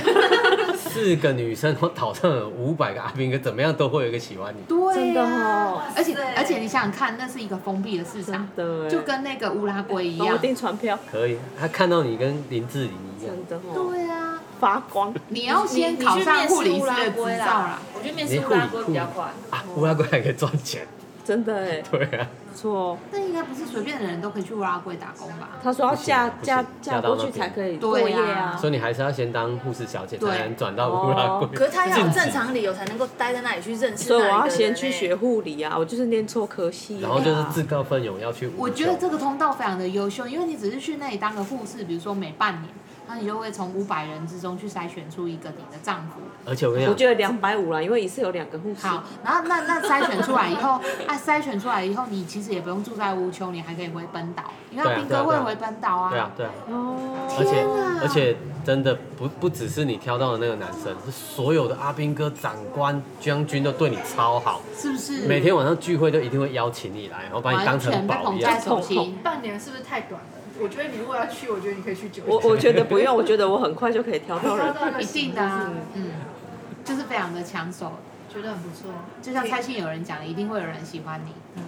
Speaker 1: 四个女生我岛上有五百个阿兵哥，怎么样都会有一个喜欢你。
Speaker 4: 对
Speaker 3: 真的
Speaker 4: 啊
Speaker 3: 哦，
Speaker 4: 而且而且你想想看，那是一个封闭的市场
Speaker 3: 真，的哎，
Speaker 4: 就跟那个乌拉圭一
Speaker 3: 帮我
Speaker 4: 样。
Speaker 3: 订船票，
Speaker 1: 可以，他看到你跟林志玲一样，
Speaker 3: 真的哦，
Speaker 4: 对啊，
Speaker 3: 发光。
Speaker 4: 你要先考上护理师的执照啦。。
Speaker 5: 我觉得面试乌拉圭比较快，
Speaker 1: 啊，乌拉圭还可以赚钱，
Speaker 3: 真的哎，
Speaker 1: 对啊，
Speaker 3: 不错哦。
Speaker 4: 那应该不是随便的人都可以去乌拉圭打工吧？
Speaker 3: 他说要嫁
Speaker 1: 不行
Speaker 3: 嫁
Speaker 1: 嫁
Speaker 3: 嫁
Speaker 1: 到
Speaker 3: 过
Speaker 1: 那
Speaker 3: 去
Speaker 1: 边
Speaker 3: 才可以
Speaker 4: 对
Speaker 3: 过夜
Speaker 4: 啊
Speaker 3: 啊
Speaker 1: 所。以你还是要先当护士小姐，
Speaker 4: 对哦
Speaker 1: 才能转到乌拉 [laughs] 圭。
Speaker 2: 可是他要有
Speaker 1: 晋级
Speaker 2: 正，常理由才能够待在那里去认识
Speaker 3: 所以我
Speaker 2: 那里的
Speaker 3: 要
Speaker 2: 人
Speaker 3: 先
Speaker 2: 欸
Speaker 3: 去学护理啊，我就是念错科系啊。
Speaker 1: 然后就是自告奋勇要去。
Speaker 4: 我觉得这个通道非常的优秀，因为你只是去那里当个护士，比如说每半年，那你就会从五百人之中去筛选出一个你的丈夫。
Speaker 1: 而且我跟你
Speaker 3: 我
Speaker 1: 讲，
Speaker 3: 觉得两百五啦，因为一次有两个护士。
Speaker 4: 好，然后那那筛选出来以后， [laughs] 啊，筛选出来以后，你其实也不用住在乌丘，你还可以回本岛，因为
Speaker 1: 对啊
Speaker 4: 斌
Speaker 1: 对啊
Speaker 4: 哥会
Speaker 1: 对啊
Speaker 4: 回本岛啊。
Speaker 1: 对啊，对啊，
Speaker 3: 哦，
Speaker 1: 而且
Speaker 4: 天啊
Speaker 1: 而且真的不不只是你挑到的那个男生，是所有的阿兵哥、长官、将军都对你超好，
Speaker 4: 是不是？
Speaker 1: 每天晚上聚会都一定会邀请你来，然后把你当
Speaker 4: 完
Speaker 1: 成
Speaker 4: 全被
Speaker 1: 宝一
Speaker 4: 捧
Speaker 1: 样
Speaker 4: 在。手心。
Speaker 6: 半年是不是太短了？我觉得你如果要去，我觉得你可以去久一
Speaker 3: 我
Speaker 6: 点。
Speaker 3: 我觉得不用，我觉得我很快就可以挑到
Speaker 6: [laughs]
Speaker 3: 人。
Speaker 6: 我
Speaker 4: 一定的、啊，嗯，就是非常的抢手。
Speaker 6: 觉得很不错。
Speaker 4: 就像蔡信有人讲，一定会有人喜欢你，嗯，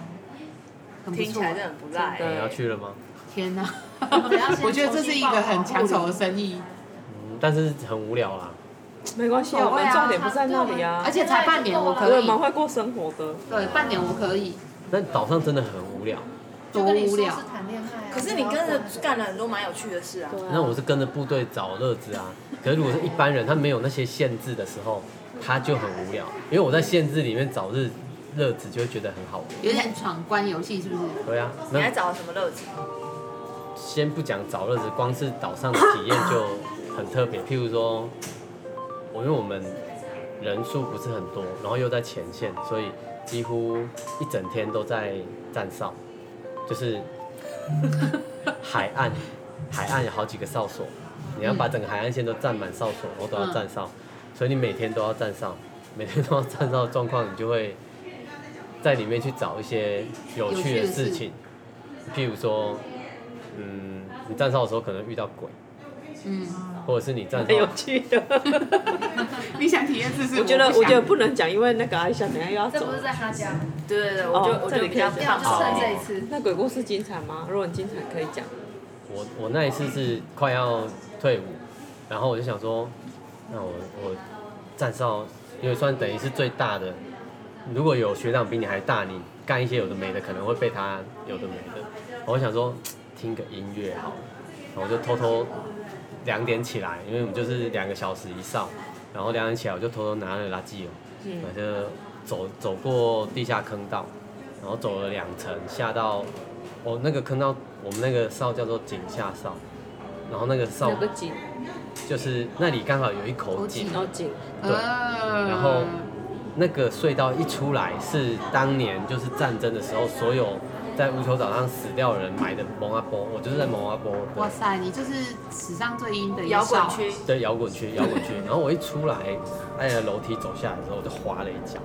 Speaker 4: 很不
Speaker 2: 听起
Speaker 4: 错啊
Speaker 2: 来。真的很不赖、
Speaker 3: 真
Speaker 1: 你
Speaker 3: 的
Speaker 2: 欸。
Speaker 1: 要去了吗？
Speaker 4: 天哪、
Speaker 6: 们要
Speaker 4: [laughs]
Speaker 6: 先
Speaker 4: 我觉得这是一个很抢手的生意，
Speaker 1: 嗯，但是很无聊啦。
Speaker 3: 没关系，
Speaker 4: 无所
Speaker 3: 我
Speaker 4: 谓啊
Speaker 3: 们重点不在那里啊
Speaker 4: 而。且才半年，我
Speaker 3: 我
Speaker 4: 可
Speaker 3: 也
Speaker 4: 以
Speaker 3: 蛮，会过生活的，
Speaker 4: 对，半年我可以，
Speaker 1: 但岛上真的很无聊。
Speaker 4: 多
Speaker 6: 就跟你
Speaker 4: 无
Speaker 6: 说
Speaker 4: 聊
Speaker 6: 是。谈恋爱啊。
Speaker 2: 可是你跟着干了很多蛮有趣的事啊。
Speaker 3: 对啊
Speaker 1: 那我是跟着部队找乐子啊。可是如果是一般人，他没有那些限制的时候，他就很无聊。因为我在限制里面找日乐子，就会觉得很好玩。
Speaker 4: 有点闯关游戏是不是？
Speaker 1: 对啊，
Speaker 2: 你还
Speaker 1: 那
Speaker 2: 找了什么乐子？
Speaker 1: 先不讲找乐子，光是岛上的体验就很特别。譬如说，我因为我们人数不是很多，然后又在前线，所以几乎一整天都在站哨，就是海岸，海岸有好几个哨所，你要把整个海岸线都站满哨所，然后都要站哨，所以你每天都要站哨， [laughs] 每天都要站哨的状况，你就会在里面去找一些有趣的事情，譬如说，嗯，你站哨的时候可能遇到鬼，
Speaker 4: 嗯，
Speaker 1: [laughs] 或者是你站
Speaker 3: 很有
Speaker 1: 哨。
Speaker 3: 趣的。
Speaker 4: 你想体验这是？
Speaker 3: 我觉得我觉得不能讲，因为那个阿夏等一下又要
Speaker 5: 这
Speaker 3: 走
Speaker 5: 不。是在他家，
Speaker 2: 对对对，我就、
Speaker 3: 哦
Speaker 2: 我
Speaker 3: 这
Speaker 2: 就
Speaker 3: 里
Speaker 2: 比较
Speaker 3: 可以
Speaker 2: 怕
Speaker 6: 要就
Speaker 1: 讲
Speaker 6: 趁这一次。
Speaker 3: 那鬼故事精彩吗？如果你精彩可以讲。
Speaker 1: 我我那一次是快要退伍，然后我就想说，那我我站哨，因为算等于是最大的，如果有学长比你还大，你干一些有的没的，可能会被他有的没的。我想说，听个音乐好了，然后我就偷偷两点起来，因为我们就是两个小时一哨，然后两点起来我就偷偷拿了垃圾哦，
Speaker 3: 嗯
Speaker 1: 我就走走过地下坑道，然后走了两层，下到哦那个坑道，我们那个哨叫做井下哨，然后那个哨
Speaker 3: 有个井，
Speaker 1: 就是那里刚好有一口井
Speaker 4: 口，
Speaker 3: 然后井，
Speaker 1: 对
Speaker 4: 呃
Speaker 1: 然后那个隧道一出来是当年就是战争的时候，所有在乌丘岛上死掉的人埋的蒙阿波，我就是在蒙阿波
Speaker 4: 哇
Speaker 1: 的
Speaker 4: 塞，你就是史上最阴的一
Speaker 2: 摇滚
Speaker 4: 哨
Speaker 2: 区，
Speaker 1: 对摇滚区摇滚
Speaker 4: [laughs]
Speaker 1: 区，然后我一出来，按着楼梯走下来的时候，我就滑了一脚，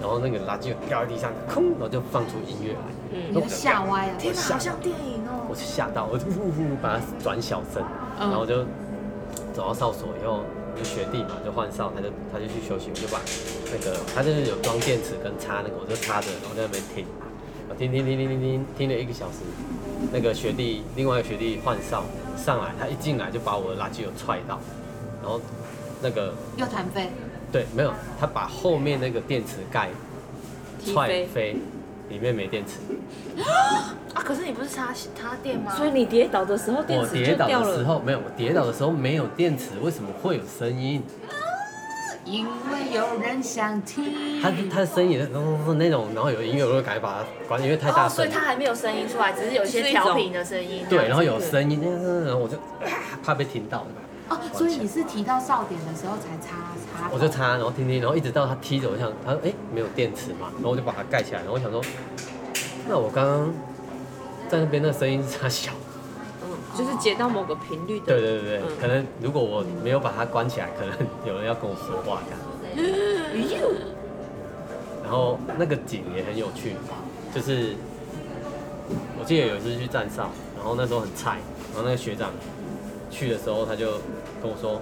Speaker 1: 然后那个垃圾就掉在地上，空，然后就放出音乐来，
Speaker 4: 你
Speaker 3: 嗯，
Speaker 4: 就吓歪哦了。
Speaker 2: 天哪，好像电影哦、
Speaker 1: 我就吓到，我就呼呼呼把它转小声，
Speaker 3: 嗯
Speaker 1: 然后我就走到哨所以后，就学弟嘛，就换哨，他就他就去休息，我就把那个他就是有装电池跟插那个，我就插着，然后在那边听，我听听听听听听听了一个小时，那个学弟另外一个学弟换哨上来，他一进来就把我的垃圾有踹到，然后那个
Speaker 4: 又弹飞，
Speaker 1: 对没有，他把后面那个电池盖
Speaker 3: 踢
Speaker 1: 踹
Speaker 3: 飞。
Speaker 1: 飞，里面没电池，
Speaker 2: 啊！可是你不是插插电吗？
Speaker 3: 所以你跌倒的时候，电
Speaker 1: 我
Speaker 3: 池
Speaker 1: 哦跌
Speaker 3: 就
Speaker 1: 倒
Speaker 3: 掉
Speaker 1: 的时
Speaker 3: 了。
Speaker 1: 候没有，我跌倒的时候没有电池，为什么会有声音？
Speaker 4: 因为有人想听。
Speaker 1: 他他的声音也是咚咚咚那种，然后有音乐我就赶紧把它关，因为太大
Speaker 2: 哦，所
Speaker 1: 声
Speaker 2: 以
Speaker 1: 了。
Speaker 2: 它还没有声音出来，只是有一些
Speaker 3: 是一
Speaker 2: 调
Speaker 3: 种
Speaker 2: 频的声音。
Speaker 1: 对，然后有声音，然后我就、啊怕被听到，
Speaker 4: 哦，所以你是提到哨点的时候才哦插插。
Speaker 1: 我就插，然后听听，然后一直到他踢走，我想他说哎、没有电池嘛，然后我就把它盖起来，然后我想说，那我刚刚在那边那声音是差小，
Speaker 3: 嗯，就是接到某个频率的。
Speaker 1: 对对对对，
Speaker 3: 嗯
Speaker 1: 可能如果我没有把它关起来，可能有人要跟我说话这样。然后那个景也很有趣，就是我记得有一次去站哨，然后那时候很菜，然后那个学长去的时候，他就跟我说，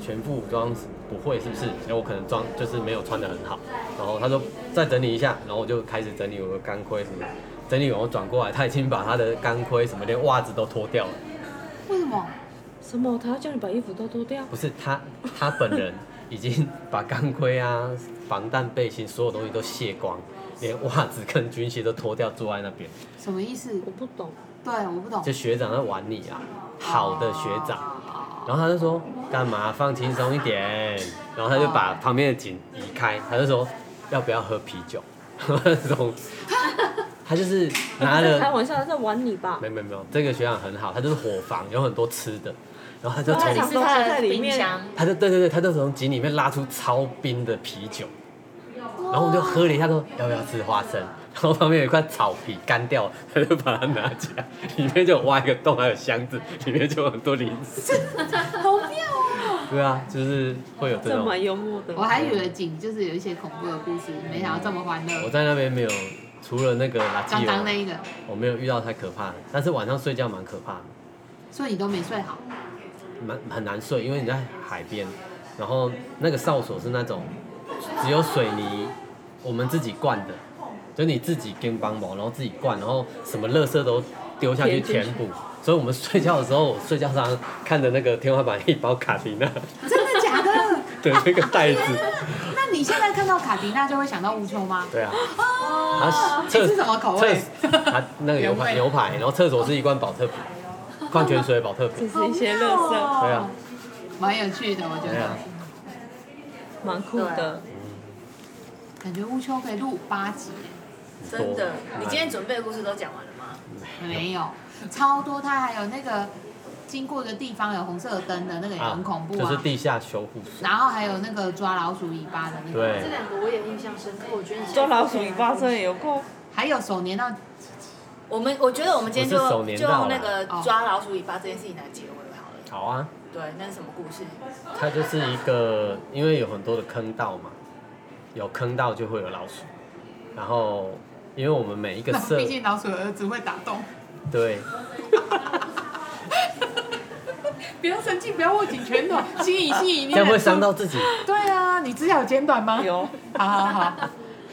Speaker 1: 全副武装不会是不是？然后我可能装就是没有穿的很好，然后他说再整理一下，然后我就开始整理我的钢盔什么的，整理完我转过来，他已经把他的钢盔什么连袜子都脱掉了，
Speaker 4: 为什么？
Speaker 3: 什么？他要叫你把衣服都脱掉？
Speaker 1: 不是他他本人已经把钢盔啊、 [laughs] 防弹背心所有东西都卸光，连袜子跟军鞋都脱掉，坐在那边。
Speaker 4: 什么意思？
Speaker 3: 我不懂。
Speaker 4: 对，我不懂
Speaker 1: 就。学长在玩你啊，好的学长。
Speaker 4: 哦
Speaker 1: 然后他就说干嘛放轻松一点，然后他就把旁边的景移开，他就说要不要喝啤酒， [laughs] 那种，他就是拿
Speaker 3: 在开
Speaker 1: 了，
Speaker 3: 玩 [laughs] 笑，他在玩你吧？
Speaker 1: 没有没有没有，这个学长很好，他就是伙房，有很多吃的，然后他就
Speaker 3: 哇
Speaker 1: 从
Speaker 5: 你
Speaker 3: 你
Speaker 5: 是
Speaker 3: 是
Speaker 5: 他
Speaker 3: 他
Speaker 5: 的
Speaker 3: 的
Speaker 5: 冰
Speaker 3: 冰
Speaker 5: 箱
Speaker 3: 箱，
Speaker 1: 他就对对对，他就从井里面拉出超冰的啤酒，然后我就喝了一下，说要不要吃花生？然后旁边有一块草皮干掉，他就把它拿起来，里面就有挖一个洞，还有箱子，里面就有很多零食。
Speaker 4: [laughs] 好妙！哦
Speaker 1: 对啊，就是会有这
Speaker 3: 这
Speaker 1: 种。
Speaker 3: 蛮幽默的。
Speaker 4: 我还以为景就是有一些恐怖的故事，没想到这么欢
Speaker 1: 我
Speaker 4: 乐。
Speaker 1: 在那边没有，除了那个垃圾
Speaker 4: 刚刚那
Speaker 1: 油，
Speaker 4: 一个，
Speaker 1: 我没有遇到太可怕的，但是晚上睡觉蛮可怕的。
Speaker 4: 所以你都没睡好。
Speaker 1: 蛮很难睡，因为你在海边，然后那个哨所是那种只有水泥，我们自己灌的，就你自己跟帮忙，然后自己灌，然后什么垃圾都丢下去填补。所以我们睡觉的时候，我睡觉上看着那个天花板一包卡迪娜
Speaker 4: 真的假的？
Speaker 1: 的那个 [laughs] 袋子，
Speaker 4: 那你现在看到卡迪娜就会想到乌秋吗？
Speaker 1: 对啊，然后厕
Speaker 4: 哦哎这是什么口
Speaker 1: 厕
Speaker 4: 味？
Speaker 1: 它那个牛排牛排，然后厕所是一罐保特瓶，矿泉水保特
Speaker 3: 这
Speaker 1: 瓶，
Speaker 3: 是一些乐
Speaker 4: 哦
Speaker 3: 色，
Speaker 1: 对
Speaker 4: [laughs]
Speaker 1: 啊，
Speaker 4: 蛮有趣的，我觉
Speaker 1: 对啊
Speaker 4: 得。
Speaker 3: 蛮酷的。
Speaker 4: 感觉乌秋可以录八集
Speaker 2: 真的
Speaker 1: 多。
Speaker 2: 你今天准备的故事都讲完了吗？
Speaker 4: 耶，没有，超多。它还有那个经过的地方有红色的灯的那个也很恐怖
Speaker 1: 就是
Speaker 4: 啊。
Speaker 1: 地下修护所，
Speaker 4: 然后还有那个抓老鼠尾巴的那个，
Speaker 1: 对
Speaker 6: 这，两个我也印象深刻，我觉得你
Speaker 3: 抓老鼠尾巴真的有够，
Speaker 4: 还有手粘到
Speaker 2: 我们我觉得我们今天就
Speaker 1: 我是手
Speaker 2: 就
Speaker 1: 黏到了
Speaker 2: 用那个
Speaker 4: 哦
Speaker 2: 抓老鼠尾巴这件事情来结尾好了。
Speaker 1: 好啊。
Speaker 2: 对，那是什么故事？
Speaker 1: 它就是一个，因为有很多的坑道嘛，有坑道就会有老鼠，然后因为我们每一个
Speaker 4: 那
Speaker 1: 社
Speaker 4: [laughs] 毕竟老鼠的儿子会打洞， [laughs]
Speaker 1: 对，
Speaker 4: 不要生气，不要握紧拳头，心仪心仪，
Speaker 1: 这样会伤。到自己。
Speaker 4: 对啊，你指甲有剪短吗？
Speaker 3: 有。
Speaker 4: 好好好，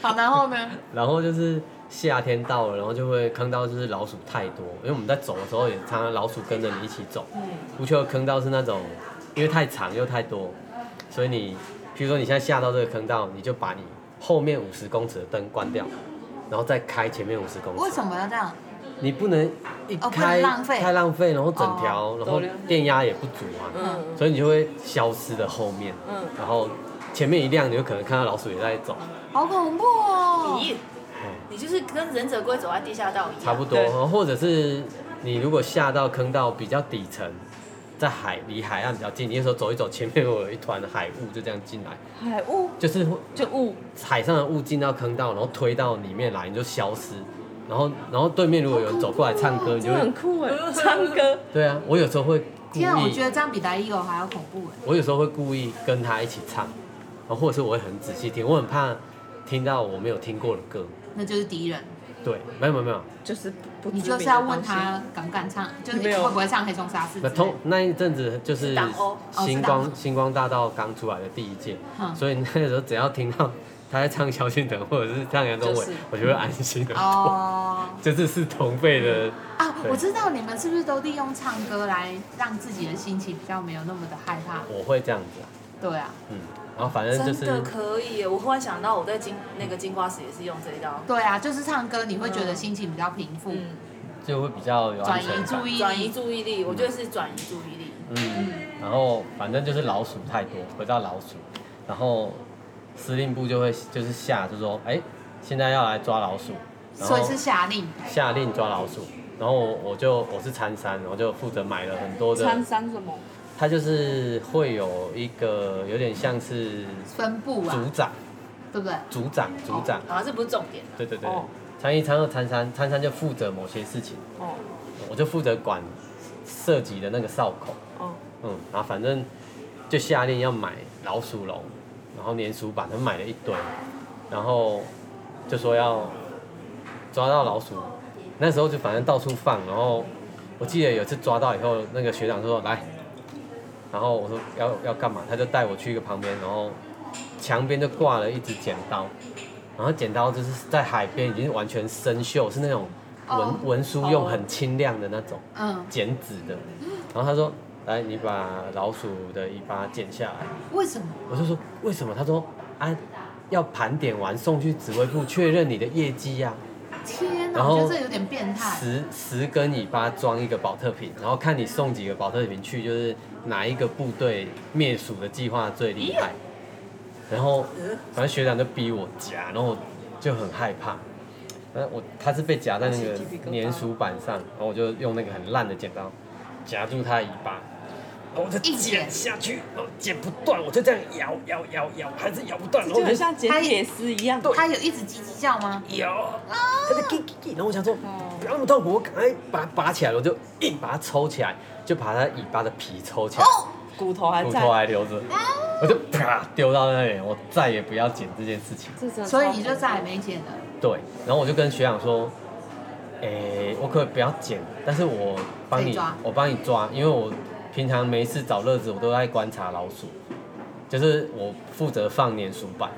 Speaker 4: 好，然后呢？
Speaker 1: 然后就是夏天到了，然后就会坑道就是老鼠太多，因为我们在走的时候也常常老鼠跟着你一起走。
Speaker 4: 嗯
Speaker 1: 无球的坑道是那种，因为太长又太多，所以你，比如说你现在下到这个坑道，你就把你后面五十公尺的灯关掉，然后再开前面五十公尺。
Speaker 4: 为什么要这样？
Speaker 1: 你不能一
Speaker 4: 哦不
Speaker 1: 开、
Speaker 4: 能浪费哦
Speaker 1: 太浪费，然后整条，然后
Speaker 3: 走量
Speaker 1: 电压也不足啊，
Speaker 2: 嗯
Speaker 1: 所以你就会消失的后面，
Speaker 3: 嗯
Speaker 1: 然后前面一亮，你就可能看到老鼠也在走，
Speaker 4: 好恐怖哦！
Speaker 2: 咦，你就是跟忍者龟走在地下道一样。
Speaker 1: 差不多，
Speaker 3: 对
Speaker 1: 然后或者是你如果下到坑道比较底层，在海离海岸比较近，你有时候走一走，前面会有一团海雾就这样进来，
Speaker 3: 海嗯雾
Speaker 1: 就是会
Speaker 3: 就雾，
Speaker 1: 海上的雾进到坑道，然后推到里面来，你就消失。然后，然后对面如果有人走过来唱歌，你
Speaker 3: 真
Speaker 1: 就
Speaker 3: 的很
Speaker 1: 会
Speaker 3: 酷哎，唱歌。
Speaker 1: 对啊。我有时候会故意
Speaker 4: 天啊，我觉哦得这样比打 ego 还要恐怖哎！
Speaker 1: 我有时候会故意跟他一起唱，然后或者是我会很仔细听，我很怕听到我没有听过的歌。
Speaker 4: 那就是敌人，
Speaker 1: 对，没有没有没有，
Speaker 3: 就是不
Speaker 4: 你就是要问他敢不敢唱，就是你
Speaker 3: 没有
Speaker 4: 会不会唱黑松沙士之
Speaker 1: 那
Speaker 4: 类的
Speaker 1: 通。那一阵子就是
Speaker 2: 是党哦
Speaker 4: 哦
Speaker 1: 星光、
Speaker 4: 是党哦
Speaker 1: 星光大道刚出来的第一届，
Speaker 4: 嗯
Speaker 1: 所以那个时候只要听到他在唱萧敬腾或者是唱杨宗纬，
Speaker 3: 就是
Speaker 1: 我就会安心的。
Speaker 4: 哦
Speaker 1: [laughs] 就是是同辈的，
Speaker 4: 啊，
Speaker 1: 对
Speaker 4: 我知道你们是不是都利用唱歌来让自己的心情比较没有那么的害怕？
Speaker 1: 我会这样子、啊，
Speaker 4: 对啊，
Speaker 1: 嗯，然后反正就是
Speaker 2: 真的可以耶！我忽然想到，我在金那个金瓜石也是用这一招，
Speaker 4: 对啊，就是唱歌你会觉得心情比较平复，
Speaker 2: 嗯，
Speaker 1: 就会比较有安
Speaker 4: 转
Speaker 1: 全
Speaker 4: 移
Speaker 1: 感
Speaker 4: 注。意
Speaker 2: 转移
Speaker 4: 力。
Speaker 2: 注意力，我觉得是转移注意力。
Speaker 1: 嗯，然后反正就是老鼠太多，回到老鼠，然后司令部就会就是下就说，哎，现在要来抓老鼠，然后
Speaker 4: 所以是下令，
Speaker 1: 下令抓老鼠，然后我我就我是参山，然后就负责买了很多的
Speaker 3: 穿，山什么？
Speaker 1: 它就是会有一个有点像是
Speaker 4: 分布啊
Speaker 1: 组，长，
Speaker 4: 对不对？
Speaker 1: 组长，组长，
Speaker 2: 好像这不是重点啊，
Speaker 1: 对对对
Speaker 3: 哦，
Speaker 1: 参一、参二、参三，参三就负责某些事情，
Speaker 3: 哦
Speaker 1: 我就负责管涉及的那个哨口。
Speaker 3: 哦，
Speaker 1: 嗯，然后反正就下令要买老鼠笼，然后粘鼠板，他们买了一堆，然后就说要抓到老鼠，那时候就反正到处放，然后我记得有一次抓到以后，那个学长就说来，然后我说要要干嘛，他就带我去一个旁边，然后墙边就挂了一只剪刀，然后剪刀就是在海边已经完全生锈，是那种文、
Speaker 4: 哦
Speaker 1: 文书用很清亮的那种
Speaker 4: 嗯，
Speaker 1: 剪纸的，然后他说来你把老鼠的尾巴剪下来，
Speaker 4: 为什么？
Speaker 1: 我就说为什么？他说啊要盘点完送去指挥部确认你的业绩呀、
Speaker 4: 天哪，
Speaker 1: 然后
Speaker 4: 我觉得这有点变态。
Speaker 1: 十十根尾巴装一个保特瓶，然后看你送几个保特瓶去，就是哪一个部队灭鼠的计划最厉害。然后反正学长就逼我夹，然后我就很害怕。反正我他是被夹在那个粘鼠板上，然后我就用那个很烂的剪刀夹住他的尾巴，然后我就
Speaker 4: 一剪
Speaker 1: 剪下去，然后剪不断，我就这样摇摇摇摇，还是摇不断，然后
Speaker 3: 就
Speaker 1: 我
Speaker 3: 很
Speaker 1: 就
Speaker 3: 像剪铁丝一样。
Speaker 4: 他有一直叽叽叫吗？
Speaker 1: 摇，他在叽叽叽，然后我想说
Speaker 3: 哦
Speaker 1: 不要那么痛苦，我赶快把它拔起来，我就硬把它抽起来，就把它尾巴的皮抽起来，
Speaker 3: 骨头还
Speaker 1: 骨
Speaker 3: 在
Speaker 1: 头，还留着，我就啪丢到那里，我再也不要剪这件事情。
Speaker 3: 这真的
Speaker 4: 所以
Speaker 3: 超
Speaker 4: 你就再也没剪了。
Speaker 1: 对，然后我就跟学长说，诶、我可不可以不要剪，但是我帮
Speaker 4: 可以
Speaker 1: 你
Speaker 4: 抓，
Speaker 1: 我帮你抓，因为我平常没事找乐子，我都在观察老鼠，就是我负责放粘鼠板，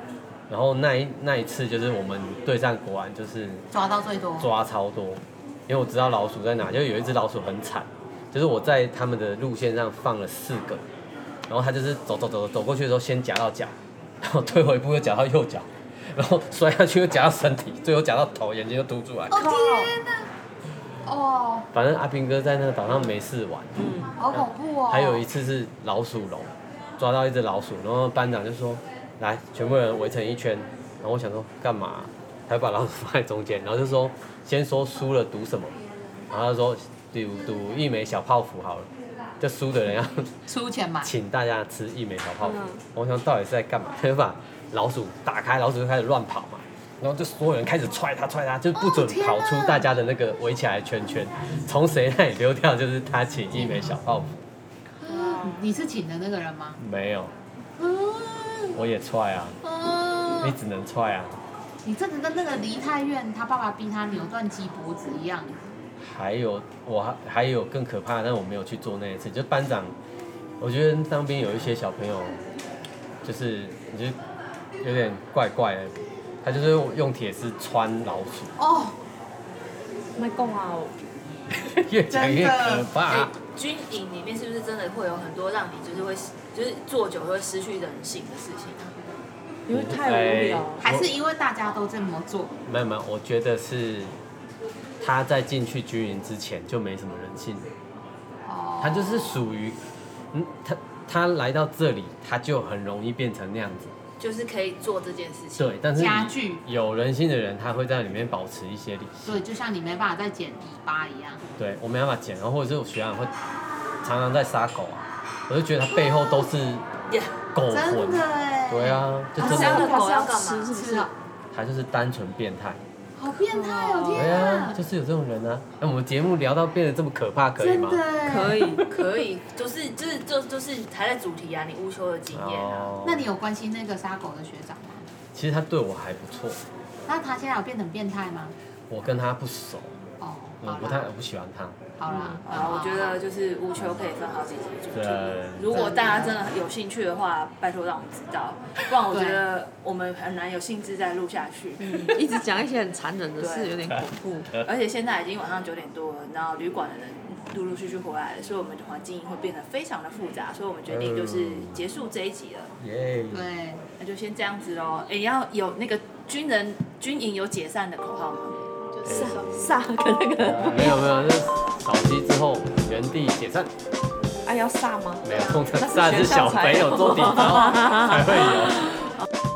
Speaker 1: 然后那一那一次就是我们对战国安就是
Speaker 4: 抓到最多，
Speaker 1: 抓超多，因为我知道老鼠在哪，就有一只老鼠很惨，就是我在他们的路线上放了四个，然后它就是走走走走过去的时候先夹到脚，然后退回一步又夹到右脚，然后摔下去又夹到身体，最后夹到头，眼睛就凸出来。
Speaker 4: 哦天哪，哦，
Speaker 1: 反正阿兵哥在那个岛上没事玩，
Speaker 3: 嗯，
Speaker 4: 好恐怖哦。
Speaker 1: 还有一次是老鼠笼，抓到一只老鼠，然后班长就说：“来，全部人围成一圈。”然后我想说干嘛、还把老鼠放在中间，然后就说先说输了赌什么，然后他说赌赌一枚小泡芙好了， [laughs] 就输的人要
Speaker 4: 出钱买，
Speaker 1: 请大家吃一枚小泡芙
Speaker 3: 嗯。
Speaker 1: 我想到底是在干嘛？他就把老鼠打开，老鼠就开始乱跑嘛。然后就所有人开始踹它，踹它，就是不准
Speaker 4: 天
Speaker 1: 跑出
Speaker 4: 哪
Speaker 1: 大家的那个围起来的圈圈，从谁那里溜掉就是他请一枚小泡芙。嗯
Speaker 4: 你是请的那个人吗？
Speaker 1: 没有，我也踹啊，你
Speaker 4: 嗯，
Speaker 1: 只能踹啊，
Speaker 4: 你这个跟那个梨泰院他爸爸逼他扭断鸡脖子一样。
Speaker 1: 还有我还还有更可怕的，但我没有去做那一次，就班长，我觉得当兵有一些小朋友，就是你就有点怪怪的，他就是用铁丝穿老鼠， [laughs]
Speaker 4: 哦，
Speaker 3: 卖贡啊，我
Speaker 1: 越讲越可
Speaker 2: 哎
Speaker 1: 怕，
Speaker 2: 军营里面是不是真的会有很多让你就是会就是做久会失去人性的事情啊？
Speaker 3: 因为太无聊
Speaker 1: 哎
Speaker 3: 了。
Speaker 4: 还是因为大家都这么做，
Speaker 1: 没有没有，我觉得是他在进去军营之前就没什么人性了。
Speaker 4: 哦，
Speaker 1: 他就是属于，嗯，他他来到这里，他就很容易变成那样子。
Speaker 2: 就是可以做这件事情。
Speaker 1: 对，但是
Speaker 4: 家具
Speaker 1: 有人性的人，他会在里面保持一些理性。
Speaker 4: 对，就像你没办法再剪尾巴一样。
Speaker 1: 对，我没办法剪，然后或者是我学长会常常在杀狗啊，我就觉得他背后都是
Speaker 2: 对，
Speaker 1: 狗
Speaker 4: 真
Speaker 1: 魂
Speaker 4: 的。哎，
Speaker 1: 对，啊，就
Speaker 3: 他
Speaker 1: 真
Speaker 2: 杀
Speaker 3: 杀
Speaker 1: 的，
Speaker 2: 了
Speaker 3: 了
Speaker 2: 狗
Speaker 3: 狗
Speaker 2: 要
Speaker 3: 要
Speaker 2: 干嘛
Speaker 3: 吃是不
Speaker 4: 是
Speaker 3: 是？
Speaker 4: 啊，
Speaker 1: 他就是单纯变态。
Speaker 4: 好变态哦，
Speaker 1: 对
Speaker 4: 天
Speaker 1: 啊，
Speaker 4: 哪
Speaker 1: 就，是有这种人啊。那我们节目聊到变得这么可怕，可以
Speaker 4: 真
Speaker 1: 吗？
Speaker 4: 的哎
Speaker 3: 可。以，
Speaker 2: 可以，就是就是就就是还在主题啊，你乌秋的经验啊，
Speaker 1: 哦，
Speaker 4: 那你有关心那个杀狗的学长吗？
Speaker 1: 其实他对我还不错，
Speaker 4: 那他现在有变成变态吗？
Speaker 1: 我跟他不熟，
Speaker 4: 哦，
Speaker 1: 我嗯
Speaker 4: 好
Speaker 1: 不太
Speaker 4: 啦，
Speaker 1: 我不喜欢他。
Speaker 4: 好啦，
Speaker 2: 啊，我觉得就是乌秋可以分好几集主题。
Speaker 1: 对，
Speaker 2: 如果大家真的有兴趣的话，拜托让我们知道，不然我觉得我们很难有兴致再录下去。
Speaker 3: 一直讲一些很残忍的事，
Speaker 2: 对
Speaker 3: 有点恐怖。
Speaker 1: [laughs]
Speaker 2: 而且现在已经晚上九点多了，然后旅馆的人陆陆续续回来了，所以我们的环境会变得非常的复杂，所以我们决定就是结束这一集了，
Speaker 1: 耶，
Speaker 4: 对，
Speaker 2: 那就先这样子喽。哎，要有那个军人军营有解散的口号吗？
Speaker 6: 就是说
Speaker 3: 萨跟那个，
Speaker 1: 没有没有，就是扫息之后原地解散，
Speaker 3: 哎，要萨吗？
Speaker 1: 没有，通常
Speaker 3: 那是
Speaker 1: 散是
Speaker 3: 学校
Speaker 1: 小哦
Speaker 3: 才 [laughs]
Speaker 1: 朋友做底包才会有。